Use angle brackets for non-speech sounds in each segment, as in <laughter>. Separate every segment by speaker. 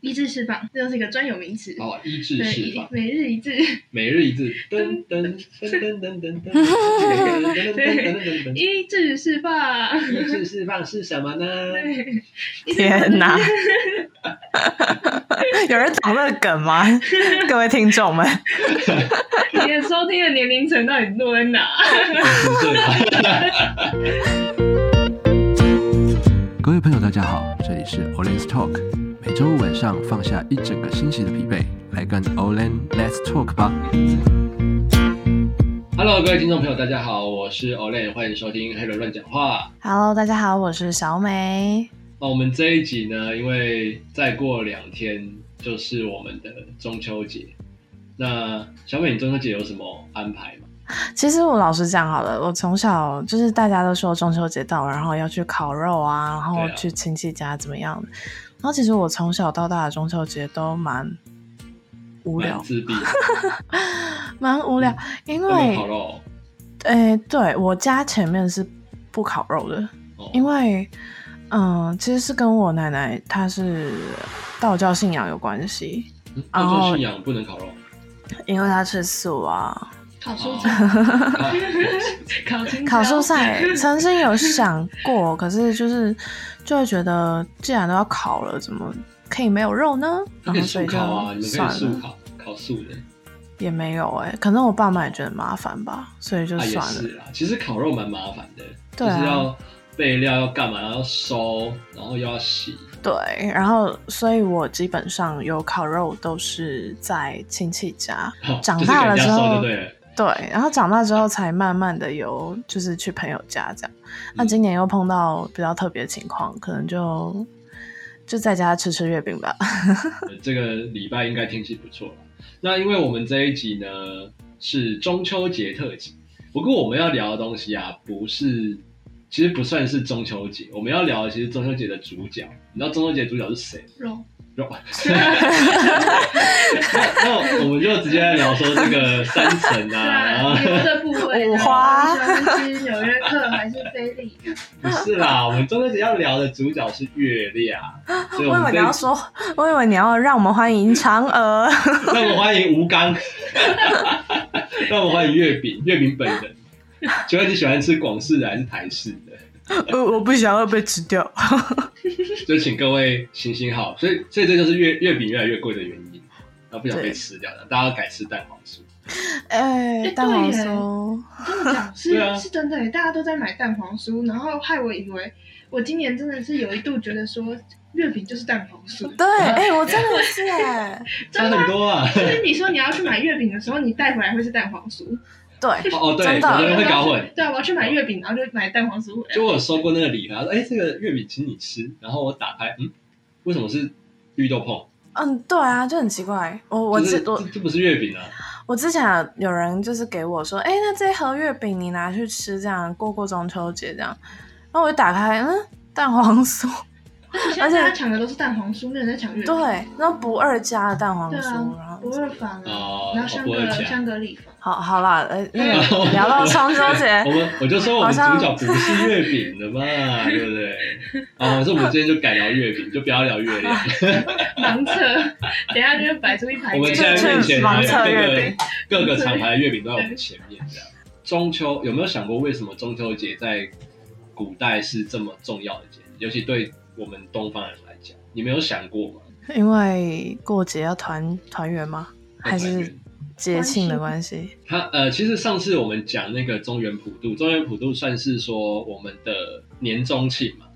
Speaker 1: 一致释放，这就是一个专有名词。
Speaker 2: 哦，一致
Speaker 1: 对，
Speaker 2: 释
Speaker 1: 一
Speaker 2: 放，
Speaker 1: 每日一致，
Speaker 2: 每日一字，噔噔噔噔噔噔噔噔噔噔噔噔噔噔噔，
Speaker 1: 一致释放。
Speaker 2: 一致释放是什么呢？
Speaker 1: 对，
Speaker 3: 天 <laughs> 哪！有人懂这个梗吗？各位听众们，
Speaker 1: 你的收听的年龄层到底落在哪？
Speaker 2: 十岁吧。各位朋友，大家好，这里是 Olen's Talk，每周五晚上放下一整个星期的疲惫，来跟 Olen Let's Talk 吧。Hello，各位听众朋友，大家好，我是 Olen，欢迎收听《黑人乱讲话》。
Speaker 3: Hello，大家好，我是小美。
Speaker 2: 那我们这一集呢，因为再过两天就是我们的中秋节，那小美，你中秋节有什么安排吗？
Speaker 3: 其实我老实讲好了，我从小就是大家都说中秋节到了，然后要去烤肉啊，然后
Speaker 2: 对啊
Speaker 3: 去亲戚家怎么样的。然后其实我从小到大的中秋节都蛮无
Speaker 2: 蛮
Speaker 3: 聊，
Speaker 2: 自闭，
Speaker 3: <laughs> 蛮无聊，因
Speaker 2: 不能
Speaker 3: 为
Speaker 2: 烤肉
Speaker 3: 诶、对我家前面是不烤肉的，
Speaker 2: 哦。
Speaker 3: 因为，嗯、其实是跟我奶奶她是道教信仰有关系，
Speaker 2: 嗯那
Speaker 3: 然
Speaker 2: 这
Speaker 3: 后
Speaker 2: 信仰不能烤
Speaker 3: 哦
Speaker 2: 肉，
Speaker 3: 因为她吃素啊。
Speaker 1: 烤
Speaker 2: 哦
Speaker 1: 蔬菜，
Speaker 2: 啊
Speaker 1: 烤青椒
Speaker 3: 烤素菜曾经有想过，可是就是就会觉得，既然都要烤了，怎么可以没有肉呢？
Speaker 2: 那
Speaker 3: 然
Speaker 2: 可以素
Speaker 3: 后所以就
Speaker 2: 烤啊，你们可
Speaker 3: 算
Speaker 2: 以素
Speaker 3: 了，
Speaker 2: 烤，烤素的
Speaker 3: 也没有哎、可能我爸妈也觉得麻烦吧，所以就
Speaker 2: 啊也
Speaker 3: 算了。
Speaker 2: 是啦。其实烤肉蛮麻烦的，
Speaker 3: 对啊
Speaker 2: 就是要备料要干嘛，要收，然后又要洗，
Speaker 3: 对，然后所以我基本上有烤肉都是在亲戚家。
Speaker 2: 好
Speaker 3: 长
Speaker 2: 就是给
Speaker 3: 大了
Speaker 2: 人家
Speaker 3: 之
Speaker 2: 收
Speaker 3: 后
Speaker 2: 就对了。
Speaker 3: 对，然后长大之后才慢慢的有，就是去朋友家这样。那
Speaker 2: 嗯
Speaker 3: 今年又碰到比较特别的情况，可能就就在家吃吃月饼吧。
Speaker 2: 呃这个礼拜应该天气不错了。那因为我们这一集呢是中秋节特辑，不过我们要聊的东西啊，不是，其实不算是中秋节，我们要聊的其实中秋节的主角。你知道中秋节主角是谁吗？
Speaker 1: 肉，
Speaker 2: 肉。那那我们就直接来聊说这个三层
Speaker 3: <laughs>
Speaker 1: 对
Speaker 2: 啊，然
Speaker 1: 啊，
Speaker 2: 后
Speaker 1: 美国的部位，
Speaker 3: 五花
Speaker 1: 然后喜欢吃纽约客还是菲力？
Speaker 2: 不是啦，我们中秋节要聊的主角是月亮，啊所以
Speaker 3: 啊 <laughs> 我
Speaker 2: 我们
Speaker 3: 以为你
Speaker 2: 这一
Speaker 3: 要
Speaker 2: 集
Speaker 3: 说，我以为你要让我们欢迎嫦娥。 <laughs>
Speaker 2: 让我们欢迎吴刚，让我们欢迎月饼，月饼本人。请问你喜欢吃广式的还是台式的？
Speaker 3: 我我不想要被吃
Speaker 2: <laughs>
Speaker 3: 掉。
Speaker 2: 就请各位行行好。所以，所以这就是月月饼越来越贵的原因，然后不想被吃掉了，大家改吃蛋黄酥。
Speaker 3: 哎、
Speaker 1: 哎
Speaker 3: 蛋黄
Speaker 1: 对耶
Speaker 3: 酥，
Speaker 1: 这么讲
Speaker 2: 对
Speaker 1: 是、
Speaker 2: 啊
Speaker 1: 是真的耶，大家都在买蛋黄酥，然后害我以为我今年真的是有一度觉得说月饼就是蛋黄酥，
Speaker 3: 对，哎、我真的是哎，
Speaker 2: 差很多啊！
Speaker 1: 就是你说你要去买月饼的时候，你带回来会是蛋黄酥。
Speaker 3: 对，
Speaker 2: 哦哦，对，
Speaker 3: 真的
Speaker 2: 有的人会搞混。
Speaker 1: 对啊，我要去买月饼，然后就买蛋黄酥回来。
Speaker 2: 就我有收过那个礼盒，他说：“哎、这个月饼请你吃。”然后我打开，嗯，为什么是绿豆椪？
Speaker 3: 嗯，对啊，就很奇怪。我我
Speaker 2: 就是
Speaker 3: 之
Speaker 2: 这
Speaker 3: 我
Speaker 2: 这不是月饼啊！
Speaker 3: 我之前有人就是给我说，哎、那这盒月饼你拿去吃，这样过过中秋节这样。然后我一打开，嗯，蛋黄酥，
Speaker 1: 而且他抢的都是蛋黄酥，没有人在抢月饼。
Speaker 3: 对，啊然后不二家的蛋黄
Speaker 1: 对
Speaker 3: 酥，然
Speaker 1: 啊，
Speaker 3: 后
Speaker 1: 不二坊
Speaker 2: 哦
Speaker 1: 啊，然后香
Speaker 2: 不
Speaker 1: 格
Speaker 2: 二家
Speaker 1: 香格里坊，
Speaker 3: 好好啦，呃，那
Speaker 2: <laughs>
Speaker 3: 个聊到中秋
Speaker 2: 我
Speaker 3: 节，
Speaker 2: 们我就说我
Speaker 3: 哎好
Speaker 2: 们主
Speaker 3: 像
Speaker 2: 角不是月饼的嘛，对不
Speaker 3: <laughs>
Speaker 2: 对？啊，所以我们今天就改聊月饼，就不要聊月亮。
Speaker 1: 盲测，等一下就会摆出一排
Speaker 2: 我们
Speaker 1: 这
Speaker 2: 现在
Speaker 1: 个。
Speaker 2: 面前
Speaker 3: 盲测
Speaker 2: 各
Speaker 3: 月
Speaker 2: 个
Speaker 3: 饼
Speaker 2: <laughs> 各个厂牌的月饼都在我们前面，这样。中秋有没有想过为什么中秋节在古代是这么重要的节日？尤其对我们东方人来讲，你没有想过吗？
Speaker 3: 因为过节要团团圆吗？还是节庆的关系？
Speaker 2: 它呃，其实上次我们讲那个中原普渡，中原普渡算是说我们的年中庆嘛。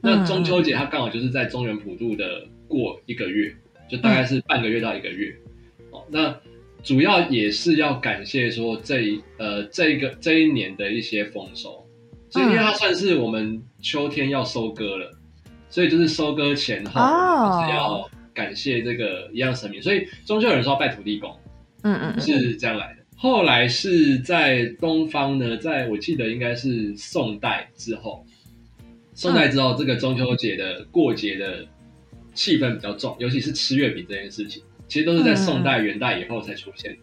Speaker 2: 那中秋节它刚好就是在中原普渡的过一个月，就大概是半个月到一个月。哦，那主要也是要感谢说这一呃这一个这一年的一些丰收，所以因为它算是我们秋天要收割了，所以就是收割前后
Speaker 3: 哦
Speaker 2: 就是要感谢这个一样神明，所以中秋有人说要拜土地公。
Speaker 3: 嗯嗯
Speaker 2: <laughs>
Speaker 3: 嗯，
Speaker 2: 是这样来的。后来是在东方呢，在我记得应该是宋代之后，宋代之后这个中秋节的过节的气氛比较重，尤其是吃月饼这件事情，其实都是在宋代、元代以后才出现。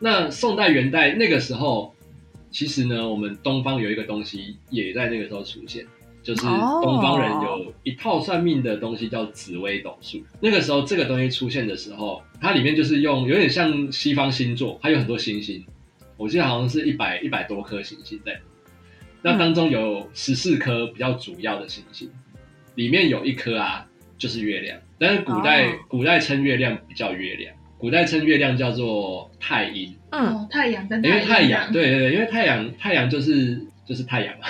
Speaker 2: 那宋代、元代那个时候，其实呢，我们东方有一个东西也在那个时候出现，就是
Speaker 3: 哦
Speaker 2: 东方人有一套算命的东西叫紫微斗数。那个时候这个东西出现的时候，它里面就是用有点像西方星座，它有很多星星，我记得好像是一百一百多颗行星在。那当中有十四颗比较主要的行星，里面有一颗啊就是月亮，但是古代、
Speaker 3: 哦
Speaker 2: 古代称月亮不叫月亮，古代称月亮叫做太阴。
Speaker 3: 嗯， <laughs>
Speaker 1: 哦，太阳跟
Speaker 2: 因为太阳，
Speaker 3: 啊
Speaker 1: 阳，
Speaker 2: 对对对，因为太阳，太阳就是就是太阳嘛，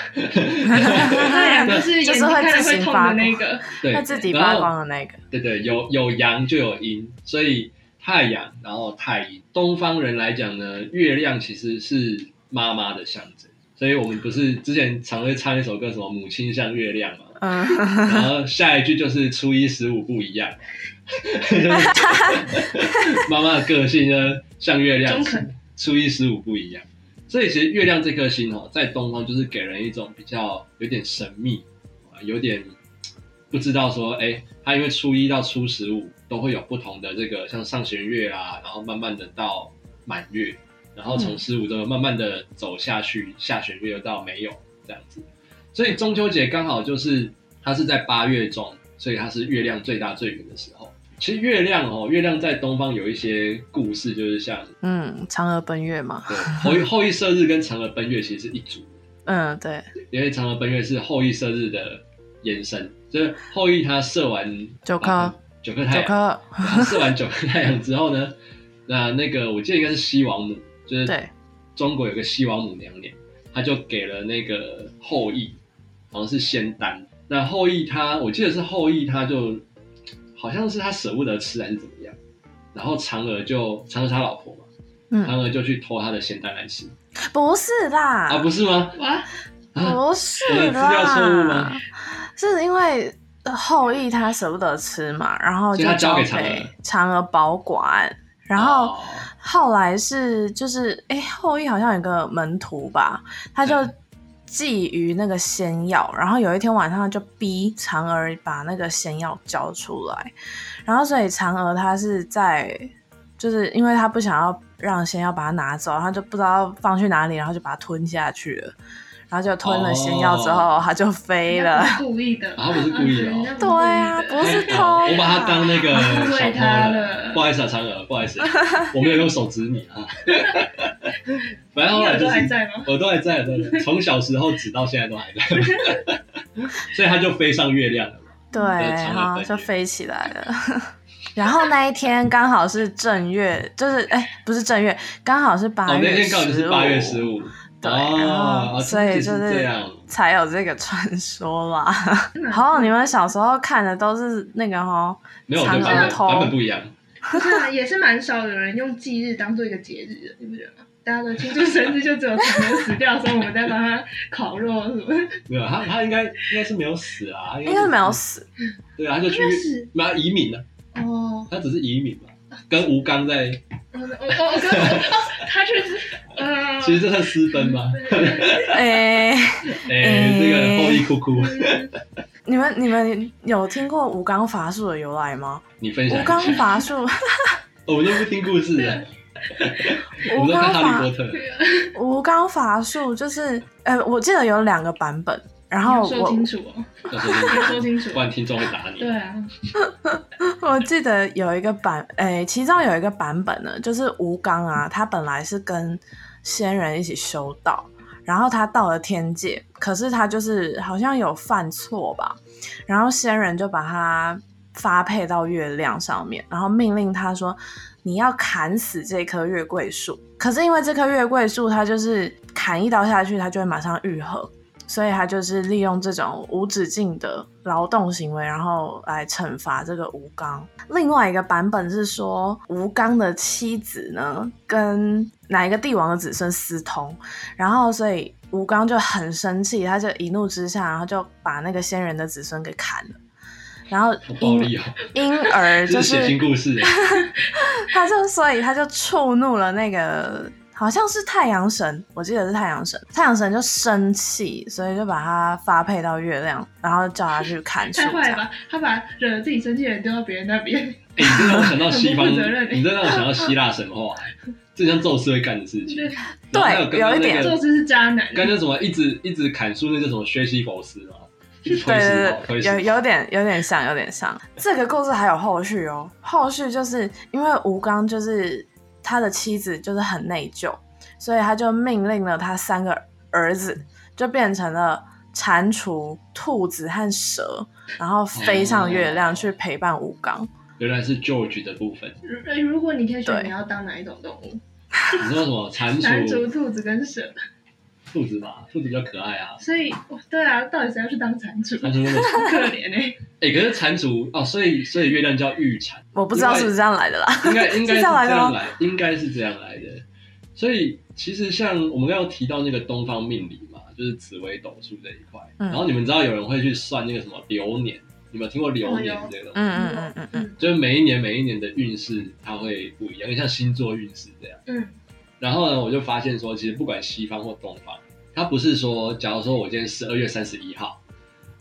Speaker 1: 太阳就是眼
Speaker 3: 就
Speaker 1: 睛
Speaker 3: 是会
Speaker 1: 看
Speaker 3: 自
Speaker 1: 了
Speaker 3: 行
Speaker 1: 会痛
Speaker 3: 发
Speaker 1: 的
Speaker 3: 光
Speaker 1: 那个，
Speaker 2: 对，
Speaker 3: 会自己
Speaker 2: 然
Speaker 3: 发
Speaker 2: 后
Speaker 3: 光的那个，
Speaker 2: 对对，有有阳就有阴，所以太阳，然后太阴。东方人来讲呢，月亮其实是妈妈的象征，所以我们不是之前常会唱一首歌什么“母亲像月亮”嘛，
Speaker 3: 嗯，
Speaker 2: 然后下一句就是初一十五不一样，就是 <laughs> 妈妈的个性呢像月亮
Speaker 1: 中肯，
Speaker 2: 初一十五不一样。所以其实月亮这颗星哦，在东方就是给人一种比较有点神秘，啊有点不知道说，哎，它因为初一到初十五都会有不同的这个，像上弦月啊，然后慢慢的到满月，然后从
Speaker 3: 嗯
Speaker 2: 十五的慢慢的走下去，下弦月又到没有这样子。所以中秋节刚好就是它是在八月中，所以它是月亮最大最圆的时候。其实月亮哦，月亮在东方有一些故事，就是像
Speaker 3: <laughs> 嗯，嫦娥奔月嘛，
Speaker 2: 对
Speaker 3: <laughs>
Speaker 2: 后羿后羿射日跟嫦娥奔月其实是一组，
Speaker 3: 嗯，对，
Speaker 2: 因为嫦娥奔月是后羿射日的延伸，就是后羿他射完
Speaker 3: 九颗
Speaker 2: 啊九颗太
Speaker 3: 九
Speaker 2: 阳，
Speaker 3: 颗，
Speaker 2: 他射完九颗太阳之后呢，那那个我记得应该是西王母，就是
Speaker 3: 对，
Speaker 2: 中国有个西王母娘娘，她就给了那个后羿，好像是仙丹。那后羿他，我记得是后羿他就好像是他舍不得吃还是怎么样，然后嫦娥就嫦娥是他老婆嘛，
Speaker 3: 嗯，
Speaker 2: 嫦娥就去偷他的仙丹来吃
Speaker 3: 不是啦，
Speaker 2: 啊，不是吗？
Speaker 1: 哇，
Speaker 2: 啊
Speaker 3: 不是
Speaker 2: 我的资料错误
Speaker 3: 啦
Speaker 2: 吗，
Speaker 3: 是因为后羿他舍不得吃嘛，然后
Speaker 2: 所以
Speaker 3: 就
Speaker 2: 他交给
Speaker 3: 给
Speaker 2: 嫦娥
Speaker 3: 嫦娥保管。然后
Speaker 2: 哦
Speaker 3: 后来是就是，哎，后羿好像有个门徒吧，他就
Speaker 2: 嗯
Speaker 3: 觊觎那个仙药，然后有一天晚上就逼嫦娥把那个仙药交出来，然后所以嫦娥她是在，就是因为她不想要让仙药把它拿走，她就不知道放去哪里，然后就把它吞下去了，然后就吞了仙药之后，它就飞了。
Speaker 1: 那不是故意的，
Speaker 2: 啊他不是故意的哦
Speaker 1: 嗯那不是
Speaker 3: 对
Speaker 1: 故意
Speaker 3: 啊，
Speaker 1: 的
Speaker 3: 不是偷
Speaker 2: 哦
Speaker 3: 啦，
Speaker 2: 我把它当那
Speaker 3: <laughs>
Speaker 2: 个
Speaker 1: 误
Speaker 2: 小
Speaker 1: 会
Speaker 2: 偷
Speaker 1: 他
Speaker 2: 了，
Speaker 1: 了
Speaker 2: 不好意思啊，嫦娥，不好意思，我没有用手指你啊。 <laughs> 反正后
Speaker 1: 你
Speaker 2: 来
Speaker 1: 耳
Speaker 2: 就
Speaker 1: 朵还
Speaker 2: 是
Speaker 1: 在
Speaker 2: <laughs>
Speaker 3: <laughs>
Speaker 1: 吗？
Speaker 2: 我都还在，我都还在从小时候指到现在都还在， <laughs> 所以他就飞上月亮了。
Speaker 3: 对，
Speaker 2: 那嫦娥
Speaker 3: 然后
Speaker 2: 本
Speaker 3: 就
Speaker 2: 人
Speaker 3: 飞起来了。 <laughs> 然后那一天刚好是正月，就是哎，不是正月，刚好是八
Speaker 2: 哦，那
Speaker 3: 月
Speaker 2: 天
Speaker 3: 十
Speaker 2: 刚
Speaker 3: 五、
Speaker 2: 好就是八月十，五，
Speaker 3: 对，然
Speaker 2: 哦，
Speaker 3: 后
Speaker 2: 哦
Speaker 3: 所
Speaker 2: 这
Speaker 3: 以就
Speaker 2: 这这样。
Speaker 3: 才有这个传说啦。 <laughs> 好，你们小时候看的都是那个哦，
Speaker 2: 没有，我觉得
Speaker 3: 嫦娥
Speaker 2: 版本
Speaker 3: 偷
Speaker 2: 版本不一样。
Speaker 1: 不是啊，也是蛮少有人用忌日当做一个节日的，你不觉得吗？大家的庆祝生日就只有嫦娥死掉的时候，我们在帮他烤肉什
Speaker 2: <laughs>
Speaker 1: 么，
Speaker 2: 没有，他他应该应该是没有死啊，他
Speaker 3: 应该是没有。死，
Speaker 2: 对啊，他就去
Speaker 1: 应该是
Speaker 2: 没有移民了，
Speaker 1: 哦，
Speaker 2: 他只是移民嘛，跟吴刚在，
Speaker 1: 我我我我刚哦，他确实，呃，
Speaker 2: 其实这算私奔
Speaker 3: <laughs>
Speaker 2: 吗？
Speaker 3: 哎， <laughs>
Speaker 2: 哎，这个后羿哭哭，
Speaker 1: 嗯
Speaker 3: 你们你们有听过吴刚伐术的由来吗？
Speaker 2: 你分享
Speaker 3: 吴
Speaker 2: 一下。
Speaker 3: 刚
Speaker 2: <laughs>
Speaker 3: 伐术，
Speaker 2: 哦我都不听故事的，我
Speaker 3: 吴
Speaker 2: 们都
Speaker 3: 刚
Speaker 2: 看《哈
Speaker 3: 伐
Speaker 2: 利波特》。
Speaker 3: 吴刚伐术就是，呃，我记得有两个版本，然
Speaker 1: 你
Speaker 3: 后
Speaker 1: 要说
Speaker 3: 我
Speaker 1: 清楚哦，
Speaker 2: 到时候
Speaker 1: 你要说清楚
Speaker 2: 不。然听众会打你。
Speaker 1: 对啊，
Speaker 3: <laughs> 我记得有一个版，诶、其中有一个版本呢，就是吴刚啊，他本来是跟仙人一起修道，然后他到了天界，可是他就是好像有犯错吧，然后仙人就把他发配到月亮上面，然后命令他说：“你要砍死这棵月桂树。”可是因为这棵月桂树，它就是砍一刀下去，它就会马上愈合，所以他就是利用这种无止境的劳动行为，然后来惩罚这个吴刚。另外一个版本是说，吴刚的妻子呢跟哪一个帝王的子孙私通，然后所以吴刚就很生气，他就一怒之下，然后就把那个仙人的子孙给砍了。然后
Speaker 2: 好暴
Speaker 3: 因
Speaker 2: 力哦，
Speaker 3: 因而
Speaker 2: 这
Speaker 3: 就是
Speaker 2: 血腥
Speaker 3: 是
Speaker 2: 故事耶。
Speaker 3: 他就所以他就触怒了那个好像是太阳神，我记得是太阳神，太阳神就生气，所以就把他发配到月亮，然后叫他去砍树
Speaker 1: 太
Speaker 3: 这
Speaker 1: 坏了
Speaker 3: 样。
Speaker 1: 吧！他把惹了自己生气的人丢到别人那边，
Speaker 2: 哎，你这让我想到
Speaker 1: <laughs>
Speaker 2: 西方，
Speaker 1: 很不负责任
Speaker 2: 你这让我想到希腊神话，这像宙斯会干的事情。然后还
Speaker 3: 对
Speaker 2: 刚刚
Speaker 3: 有一
Speaker 2: 那
Speaker 3: 点
Speaker 2: 个
Speaker 1: 宙斯是渣男。
Speaker 3: <laughs>
Speaker 2: 刚才什么一直一直砍树，那叫什么薛西佛斯嘛？去 <laughs> 推石头，推
Speaker 3: 对对
Speaker 2: 石头
Speaker 3: 对，有有点有点像，有点像。这个故事还有后续哦，后续就是因为吴刚就是他的妻子就是很内疚，所以他就命令了他三个儿子，就变成了蟾蜍、兔子和蛇，然后飞
Speaker 2: 哦
Speaker 3: 上月亮去陪伴吴刚。
Speaker 2: <laughs> 原来是 George 的部分。
Speaker 1: 如如果你可以选，
Speaker 3: 对
Speaker 1: 你要当哪一种动物？
Speaker 2: 你说
Speaker 1: <laughs>
Speaker 2: 什么蟾
Speaker 1: 蟾蜍、
Speaker 2: 蜍、
Speaker 1: 兔子跟蛇。
Speaker 2: 兔子嘛，兔子比较可爱啊。
Speaker 1: 所以，哇对啊，到底谁要去当蟾蜍？
Speaker 2: 蟾蜍那么
Speaker 1: 好可怜哎、
Speaker 2: 哎、可是蟾蜍哦，所以所以月亮叫玉
Speaker 3: <laughs>
Speaker 2: 蟾，
Speaker 3: 我不知道是不是这样来的啦。
Speaker 2: 应该应该
Speaker 3: 是
Speaker 2: 是
Speaker 3: 这样来
Speaker 2: 这
Speaker 3: 的
Speaker 2: 样
Speaker 3: 吗
Speaker 2: 来，应该是这样来的。所以其实像我们刚刚提到那个东方命理嘛，就是紫微斗数这一块。
Speaker 3: 嗯
Speaker 2: 然后你们知道有人会去算那个什么流年，你们有听过流年这个东西？
Speaker 3: 嗯嗯嗯嗯嗯，
Speaker 2: 就是每一年每一年的运势它会不一样，有点像星座运势这样。
Speaker 1: 嗯。
Speaker 2: 然后呢，我就发现说，其实不管西方或东方，它不是说，假如说我今天十二月三十一号，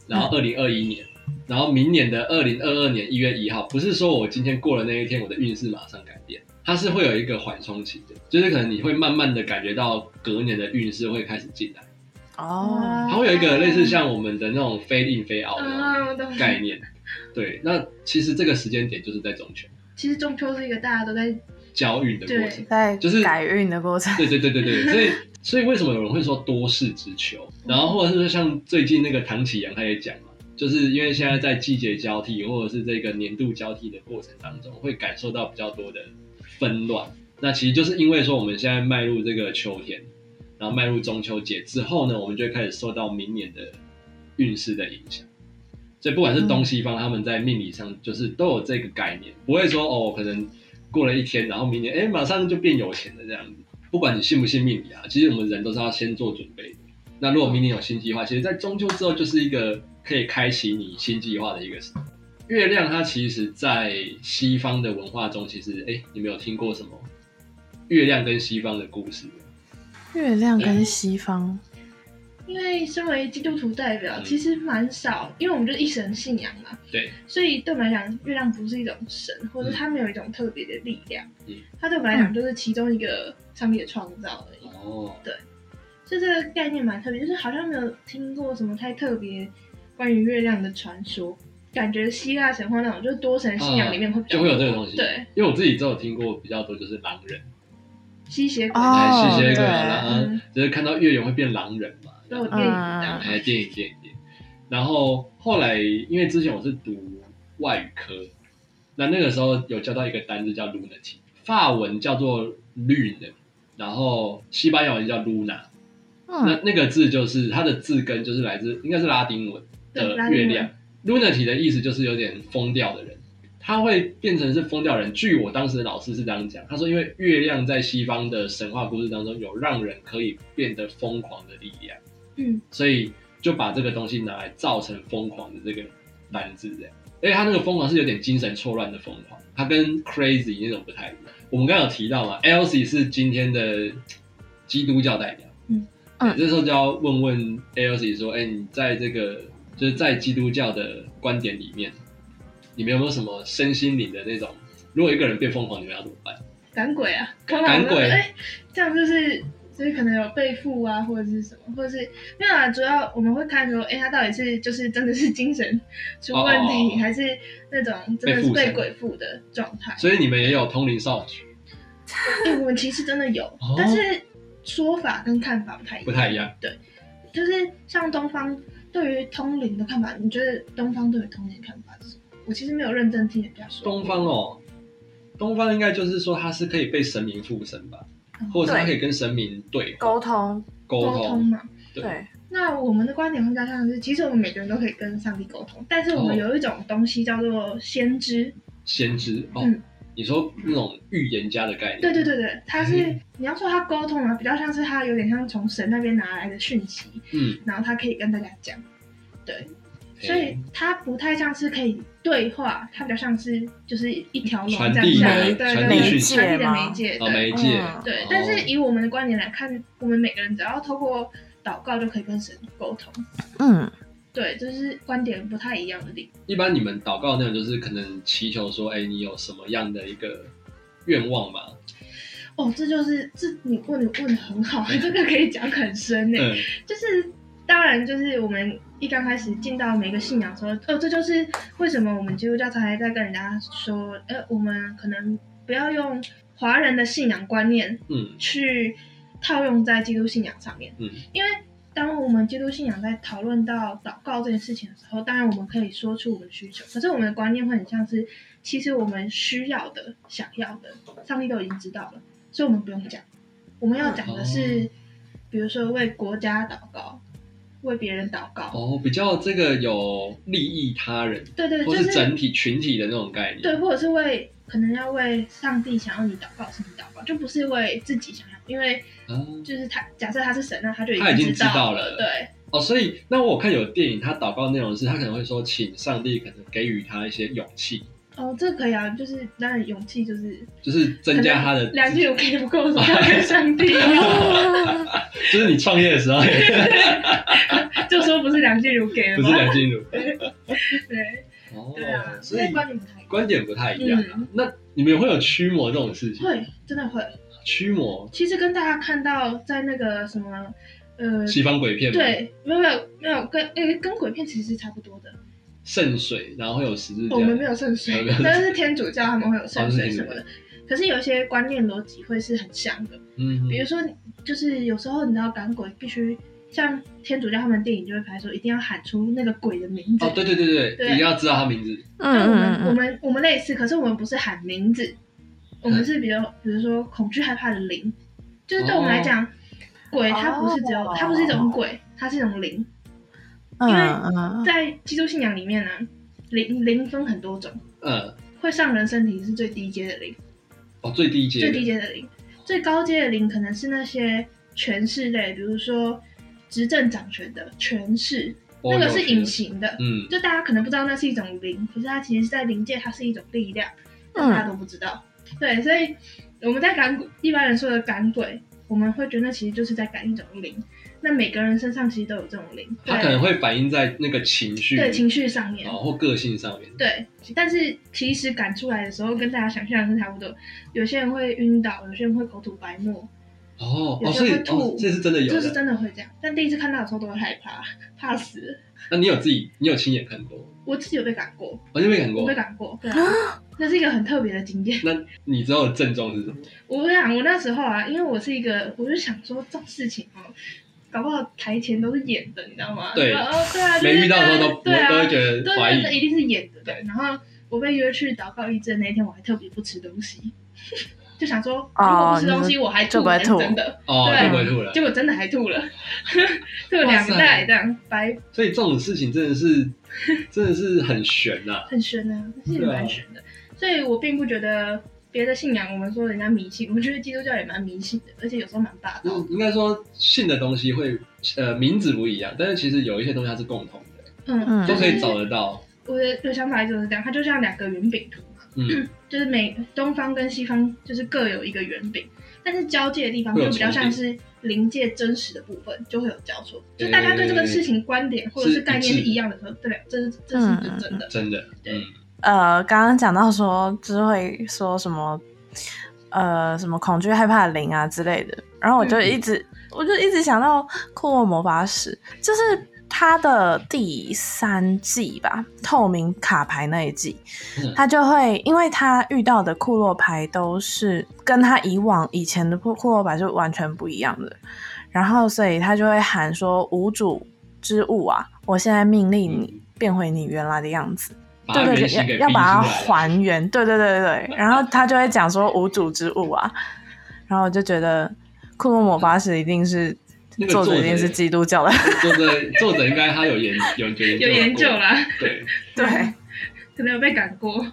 Speaker 2: 然
Speaker 3: 嗯
Speaker 2: 后二零二一年，然后明年的二零二二年一月一号，不是说我今天过了那一天，我的运势马上改变，它是会有一个缓冲期的，就是可能你会慢慢的感觉到隔年的运势会开始进来，
Speaker 3: 哦，
Speaker 2: 它会有一个类似像我们的那种非进非 out
Speaker 3: 嗯
Speaker 1: 啊，
Speaker 2: 的
Speaker 1: 我懂。
Speaker 2: 概念。对，那其实这个时间点就是在中秋
Speaker 1: 其实中秋是一个大家都在
Speaker 2: 交运的过程。
Speaker 3: 在
Speaker 2: 就是
Speaker 3: 改运的过程。
Speaker 2: 对对对对对，所以所以为什么有人会说多事之秋？然后或者是说像最近那个唐启阳他也讲嘛，就是因为现在在季节交替或者是这个年度交替的过程当中，会感受到比较多的纷乱。那其实就是因为说我们现在迈入这个秋天，然后迈入中秋节之后呢，我们就会开始受到明年的运势的影响。所以不管是东西方，他们在命理上就是都有这个概念，不会说哦，可能过了一天，然后明年哎马上就变有钱了这样子。不管你信不信命理啊，其实我们人都是要先做准备的。那如果明年有新计划，其实在中秋之后就是一个可以开启你新计划的一个时间。月亮它其实，在西方的文化中，其实哎，你们有听过什么月亮跟西方的故事吗？
Speaker 3: 月亮跟西方，
Speaker 1: 因为身为基督徒代表，
Speaker 2: 嗯
Speaker 1: 其实蛮少，因为我们就是一神信仰嘛，
Speaker 2: 对，
Speaker 1: 所以对我们来讲，月亮不是一种神，或者
Speaker 2: 嗯
Speaker 1: 它没有一种特别的力量，
Speaker 2: 嗯
Speaker 1: 它对我们来讲就是其中一个上帝的创造而已。
Speaker 2: 哦，
Speaker 1: 所以这个概念蛮特别，就是好像没有听过什么太特别关于月亮的传说，感觉希腊神话那种就是多神信仰里面会比较
Speaker 2: 啊就会有这个东西。
Speaker 1: 对，
Speaker 2: 因为我自己都有听过比较多，就是狼人，
Speaker 1: 吸血鬼，
Speaker 3: 哦
Speaker 2: 哎，吸血鬼
Speaker 3: 对
Speaker 2: 啊，然后
Speaker 1: 嗯
Speaker 2: 就是看到月圆会变狼人嘛，
Speaker 1: 都有哦电影
Speaker 3: 嗯
Speaker 1: 的，
Speaker 2: 哎，电影电影电影。然后后来，因为之前我是读外语科，那那个时候有教到一个单字叫 lunatic，法文叫做 lune，然后西班牙文叫 luna，那
Speaker 1: 哦
Speaker 3: 嗯，
Speaker 2: 那个字就是它的字根就是来自应该是拉丁文
Speaker 1: 对
Speaker 2: 的
Speaker 1: 拉丁
Speaker 2: 月
Speaker 1: 文
Speaker 2: 亮。Lunatic 的意思就是有点疯掉的人，他会变成是疯掉人。据我当时的老师是这样讲，他说因为月亮在西方的神话故事当中有让人可以变得疯狂的力量，
Speaker 1: 嗯，
Speaker 2: 所以就把这个东西拿来造成疯狂的这个单字这样。而且他那个疯狂是有点精神错乱的疯狂，他跟 crazy 那种不太一样。我们刚刚有提到嘛，Elsie 是今天的基督教代表。
Speaker 3: 嗯
Speaker 2: 这时候就要问问 ALC 说，哎、你在这个就是在基督教的观点里面，你们有没有什么身心灵的那种？如果一个人变疯狂，你们要怎么办？
Speaker 1: 赶鬼啊，
Speaker 2: 赶鬼
Speaker 1: 哎、这样就是就是可能有被附啊，或者是什么，或者是没有啊，主要我们会看说，哎、他到底是就是真的是精神出问题，
Speaker 2: 哦哦哦
Speaker 1: 还是那种真的是
Speaker 2: 被附身
Speaker 1: 被鬼附的状态？
Speaker 2: 所以你们也有通灵少女，
Speaker 1: 哎、我们其实真的有，
Speaker 2: 哦
Speaker 1: 但是说法跟看法不太一样，
Speaker 2: 不太一样。
Speaker 1: 就是像东方对于通灵的看法，你觉得东方对于通灵的看法是什么？我其实没有认真听人家说。
Speaker 2: 东方哦，东方应该就是说它是可以被神明附身吧，
Speaker 1: 嗯
Speaker 2: 或者是它可以跟神明对话
Speaker 3: 沟通，
Speaker 2: 沟
Speaker 1: 沟通
Speaker 2: 通。
Speaker 1: 嘛，
Speaker 2: 对
Speaker 3: 对，
Speaker 1: 那我们的观点会比较像是，其实我们每个人都可以跟上帝沟通，但是我们
Speaker 2: 哦
Speaker 1: 有一种东西叫做先知，
Speaker 2: 先知哦，
Speaker 1: 嗯
Speaker 2: 你说那种预言家的概念，
Speaker 1: 对对，对对，他是、
Speaker 2: 嗯
Speaker 1: 你要说他沟通嘛，比较像是他有点像从神那边拿来的讯息，
Speaker 2: 嗯，
Speaker 1: 然后他可以跟大家讲，所
Speaker 2: 哎
Speaker 1: 以他不太像是可以对话，他比较像是就是一条龙
Speaker 2: 传
Speaker 1: 这
Speaker 2: 递
Speaker 1: 样下来，啊
Speaker 3: 的
Speaker 1: 对对
Speaker 2: 传
Speaker 1: 对，
Speaker 2: 递
Speaker 1: 对
Speaker 2: 讯息
Speaker 1: 传递的
Speaker 3: 嘛
Speaker 1: 媒介，
Speaker 2: 哦
Speaker 1: 对
Speaker 2: 媒介
Speaker 3: 嗯，
Speaker 1: 对
Speaker 2: 哦，
Speaker 1: 但是以我们的观点来看，我们每个人只要透过祷告就可以跟神沟通，
Speaker 3: 嗯，
Speaker 1: 对，就是观点不太一样的地方。
Speaker 2: 一般你们祷告那种就是可能祈求说，哎、你有什么样的一个愿望吗？
Speaker 1: 哦，这就是这你问的问的很好，这个可以讲很深呢、
Speaker 2: 嗯，
Speaker 1: 就是当然就是我们一刚开始进到每个信仰的时候，哦，这就是为什么我们基督教才在跟人家说，呃，我们可能不要用华人的信仰观念
Speaker 2: 嗯
Speaker 1: 去套用在基督信仰上面，
Speaker 2: 嗯
Speaker 1: 因为当我们基督信仰在讨论到祷告这件事情的时候，当然我们可以说出我们的需求，可是我们的观念会很像是，其实我们需要的、想要的，上帝都已经知道了，所以我们不用讲。我们要讲的是，
Speaker 2: 哦
Speaker 1: 比如说为国家祷告，为别人祷告，
Speaker 2: 哦，比较这个有利益他人，
Speaker 1: 对对，
Speaker 2: 或
Speaker 1: 就是
Speaker 2: 整体群体的那种概念。
Speaker 1: 对，或者是为可能要为上帝想要你祷告，是你祷告，就不是为自己想要，因为
Speaker 2: 啊，
Speaker 1: 就是他假设他是神，那他就已
Speaker 2: 他已经
Speaker 1: 知道
Speaker 2: 知道了
Speaker 1: 对，
Speaker 2: 哦，所以那我看有电影，他祷告内容是他可能会说，请上帝可能给予他一些勇气，
Speaker 1: 哦，这个可以啊，就是当然勇气就是
Speaker 2: 就是增加他的
Speaker 1: 可能两句我给不够，我要跟上
Speaker 2: <laughs>
Speaker 1: 帝，
Speaker 2: 就是你创业的时候，
Speaker 1: 就说不是两句我给了
Speaker 2: 不是
Speaker 1: 吗？
Speaker 2: 梁静茹。
Speaker 1: 对
Speaker 2: 哦
Speaker 1: 对啊，，
Speaker 2: 所
Speaker 1: 所
Speaker 2: 以
Speaker 1: 以观点不太一样，
Speaker 2: 观点不太一样啊。
Speaker 1: 嗯
Speaker 2: 那你们会有驱魔这种事情？
Speaker 1: 会真的会，
Speaker 2: 驱魔
Speaker 1: 其实跟大家看到在那个什么呃。
Speaker 2: 西方鬼片吗，
Speaker 1: 对，没有没有没有，跟呃跟鬼片其实是差不多的。
Speaker 2: 圣水，然后会有十字架。
Speaker 1: 我们没有圣
Speaker 2: 哦
Speaker 1: 水
Speaker 2: 没有，
Speaker 1: 但是天主教他们会有
Speaker 2: 哦
Speaker 1: 圣
Speaker 2: 是
Speaker 1: 水
Speaker 2: 天主
Speaker 1: 什
Speaker 2: 教
Speaker 1: 么的。可是有一些观念逻辑会是很像的，
Speaker 2: 嗯，
Speaker 1: 比如说，就是有时候你知道赶鬼必须像天主教他们电影就会拍说一定要喊出那个鬼的名字。
Speaker 2: 哦，对对对对，
Speaker 1: 对
Speaker 2: 一定要知道他名字。
Speaker 1: 但我们、
Speaker 3: 嗯
Speaker 1: 我
Speaker 3: 嗯
Speaker 1: 们我们类似，可是我们不是喊名字，我们是比较比如说恐惧害怕的灵，就是对我们来讲，鬼它不是只有、
Speaker 3: 哦
Speaker 1: 它不是一种鬼，它是一种灵。
Speaker 3: 嗯，
Speaker 1: 因为
Speaker 3: 嗯
Speaker 1: 在基督信仰里面呢、灵灵分很多种，
Speaker 2: 嗯，
Speaker 1: 会上人身体是最低阶的灵，
Speaker 2: 哦，最低阶，
Speaker 1: 最低阶的灵，最高阶的灵可能是那些权势类，比如说执政掌权的权势，
Speaker 2: 哦
Speaker 1: 那个是隐。
Speaker 2: 有
Speaker 1: 形的，
Speaker 2: 嗯，
Speaker 1: 就大家可能不知道那是一种灵，可是它其实，在灵界它是一种力量，但
Speaker 3: 嗯
Speaker 1: 大家都不知道。对，所以我们在赶鬼，一般人说的赶鬼，我们会觉得那其实就是在赶一种灵。那每个人身上其实都有这种灵，
Speaker 2: 他可能
Speaker 1: 对，
Speaker 2: 会反映在那个情绪，
Speaker 1: 对情绪上面，
Speaker 2: 哦，或个性上面。
Speaker 1: 对，但是其实赶出来的时候跟大家想象的是差不多。有些人会晕倒，有些人会口吐白沫，
Speaker 2: 哦哦，
Speaker 1: 有些
Speaker 2: 所以
Speaker 1: 会
Speaker 2: 哦
Speaker 1: 吐，
Speaker 2: 这是真的有
Speaker 1: 这是
Speaker 2: 的。
Speaker 1: 真的会这样。但第一次看到的时候都会害怕，怕死了。
Speaker 2: 那你有自己，你有亲眼看过？哦
Speaker 1: 我自己有被赶过，
Speaker 2: 我就没看
Speaker 1: 我
Speaker 2: 过
Speaker 1: 被。赶过，对啊，那是一个很特别的经验。
Speaker 2: 那你知道的症状是什么？
Speaker 1: 我跟你讲，我那时候啊，因为我是一个，我就想说这种事情哦，搞不好台前都是演的，你知道吗？
Speaker 2: 对
Speaker 1: 然后哦，对啊，就是
Speaker 2: 没遇到的时候都
Speaker 1: 对啊，
Speaker 2: 都会觉得怀
Speaker 1: 对，那
Speaker 2: 疑。
Speaker 1: 一定是演的。对，然后我被约去祷告医治的那一天，我还特别不吃东西， <laughs> 就想说如果
Speaker 3: 哦
Speaker 1: 不吃东西我还
Speaker 3: 就
Speaker 1: 吐，
Speaker 3: 不会
Speaker 1: 还
Speaker 3: 吐
Speaker 1: 真的，
Speaker 2: 哦，
Speaker 1: 对
Speaker 2: 就不会吐了
Speaker 1: 结。果真的还吐了， <laughs> 吐了
Speaker 2: 哇
Speaker 1: 两
Speaker 2: 塞
Speaker 1: 袋这样，白
Speaker 2: 所以这种事情真的是，真的是很悬呐、
Speaker 1: 很悬啊，其实也蛮悬的。所以我并不觉得别的信仰，我们说人家迷信，我觉得基督教也蛮迷信的，而且有时候蛮霸道的。
Speaker 2: 应该说信的东西会，呃，名字不一样，但是其实有一些东西它是共同的，
Speaker 1: 嗯，
Speaker 3: 嗯
Speaker 2: 都
Speaker 1: 就
Speaker 2: 可以
Speaker 1: 是
Speaker 2: 找得到。
Speaker 1: 我的我的想法就是这样，它就像两个圆饼图嘛，
Speaker 2: 嗯，
Speaker 1: 就是每东方跟西方就是各有一个圆饼，但是交界的地方
Speaker 2: 会
Speaker 1: 就
Speaker 2: 有
Speaker 1: 比较
Speaker 2: 重
Speaker 1: 像
Speaker 2: 叠
Speaker 1: 是临界真实的部分，就会有交错。就大家对这
Speaker 2: 诶
Speaker 1: 个事情观点或者
Speaker 2: 是
Speaker 1: 是
Speaker 2: 一
Speaker 1: 概念是
Speaker 2: 致的
Speaker 1: 一样的时候，对，这是这
Speaker 3: 嗯
Speaker 1: 是
Speaker 3: 嗯嗯
Speaker 1: 真的。
Speaker 2: 真的，嗯
Speaker 1: 对，
Speaker 3: 呃，刚刚讲到说，就是会说什么，呃，什么恐惧、害怕、灵啊之类的。然后我就
Speaker 1: 嗯
Speaker 3: 一直，我就一直想到《库洛魔法使》，就是它的第三季吧，透明卡牌那一季
Speaker 2: 嗯，
Speaker 3: 他就会，因为他遇到的库洛牌都是跟他以往以前的库库洛牌是完全不一样的，然后所以他就会喊说：“无主之物啊，我现在命令你变回你原来的样子。”
Speaker 2: 把
Speaker 3: 对
Speaker 2: 它
Speaker 3: 对
Speaker 2: 原型给
Speaker 3: 对，要
Speaker 2: 逼出
Speaker 3: 要把它
Speaker 2: 来。
Speaker 3: 还原，对对对对对。然后他就会讲说无主之物啊，然后我就觉得库洛魔法使一定是
Speaker 2: 那个
Speaker 3: 作者
Speaker 2: 作
Speaker 3: 一定
Speaker 2: 者
Speaker 3: 是基督教的，
Speaker 2: 作者作者应该他有研有
Speaker 3: 嗯
Speaker 2: 研
Speaker 1: 有研究
Speaker 2: 过，
Speaker 1: 啦，
Speaker 2: 对，
Speaker 3: 对，
Speaker 1: <laughs> 可能有被赶过。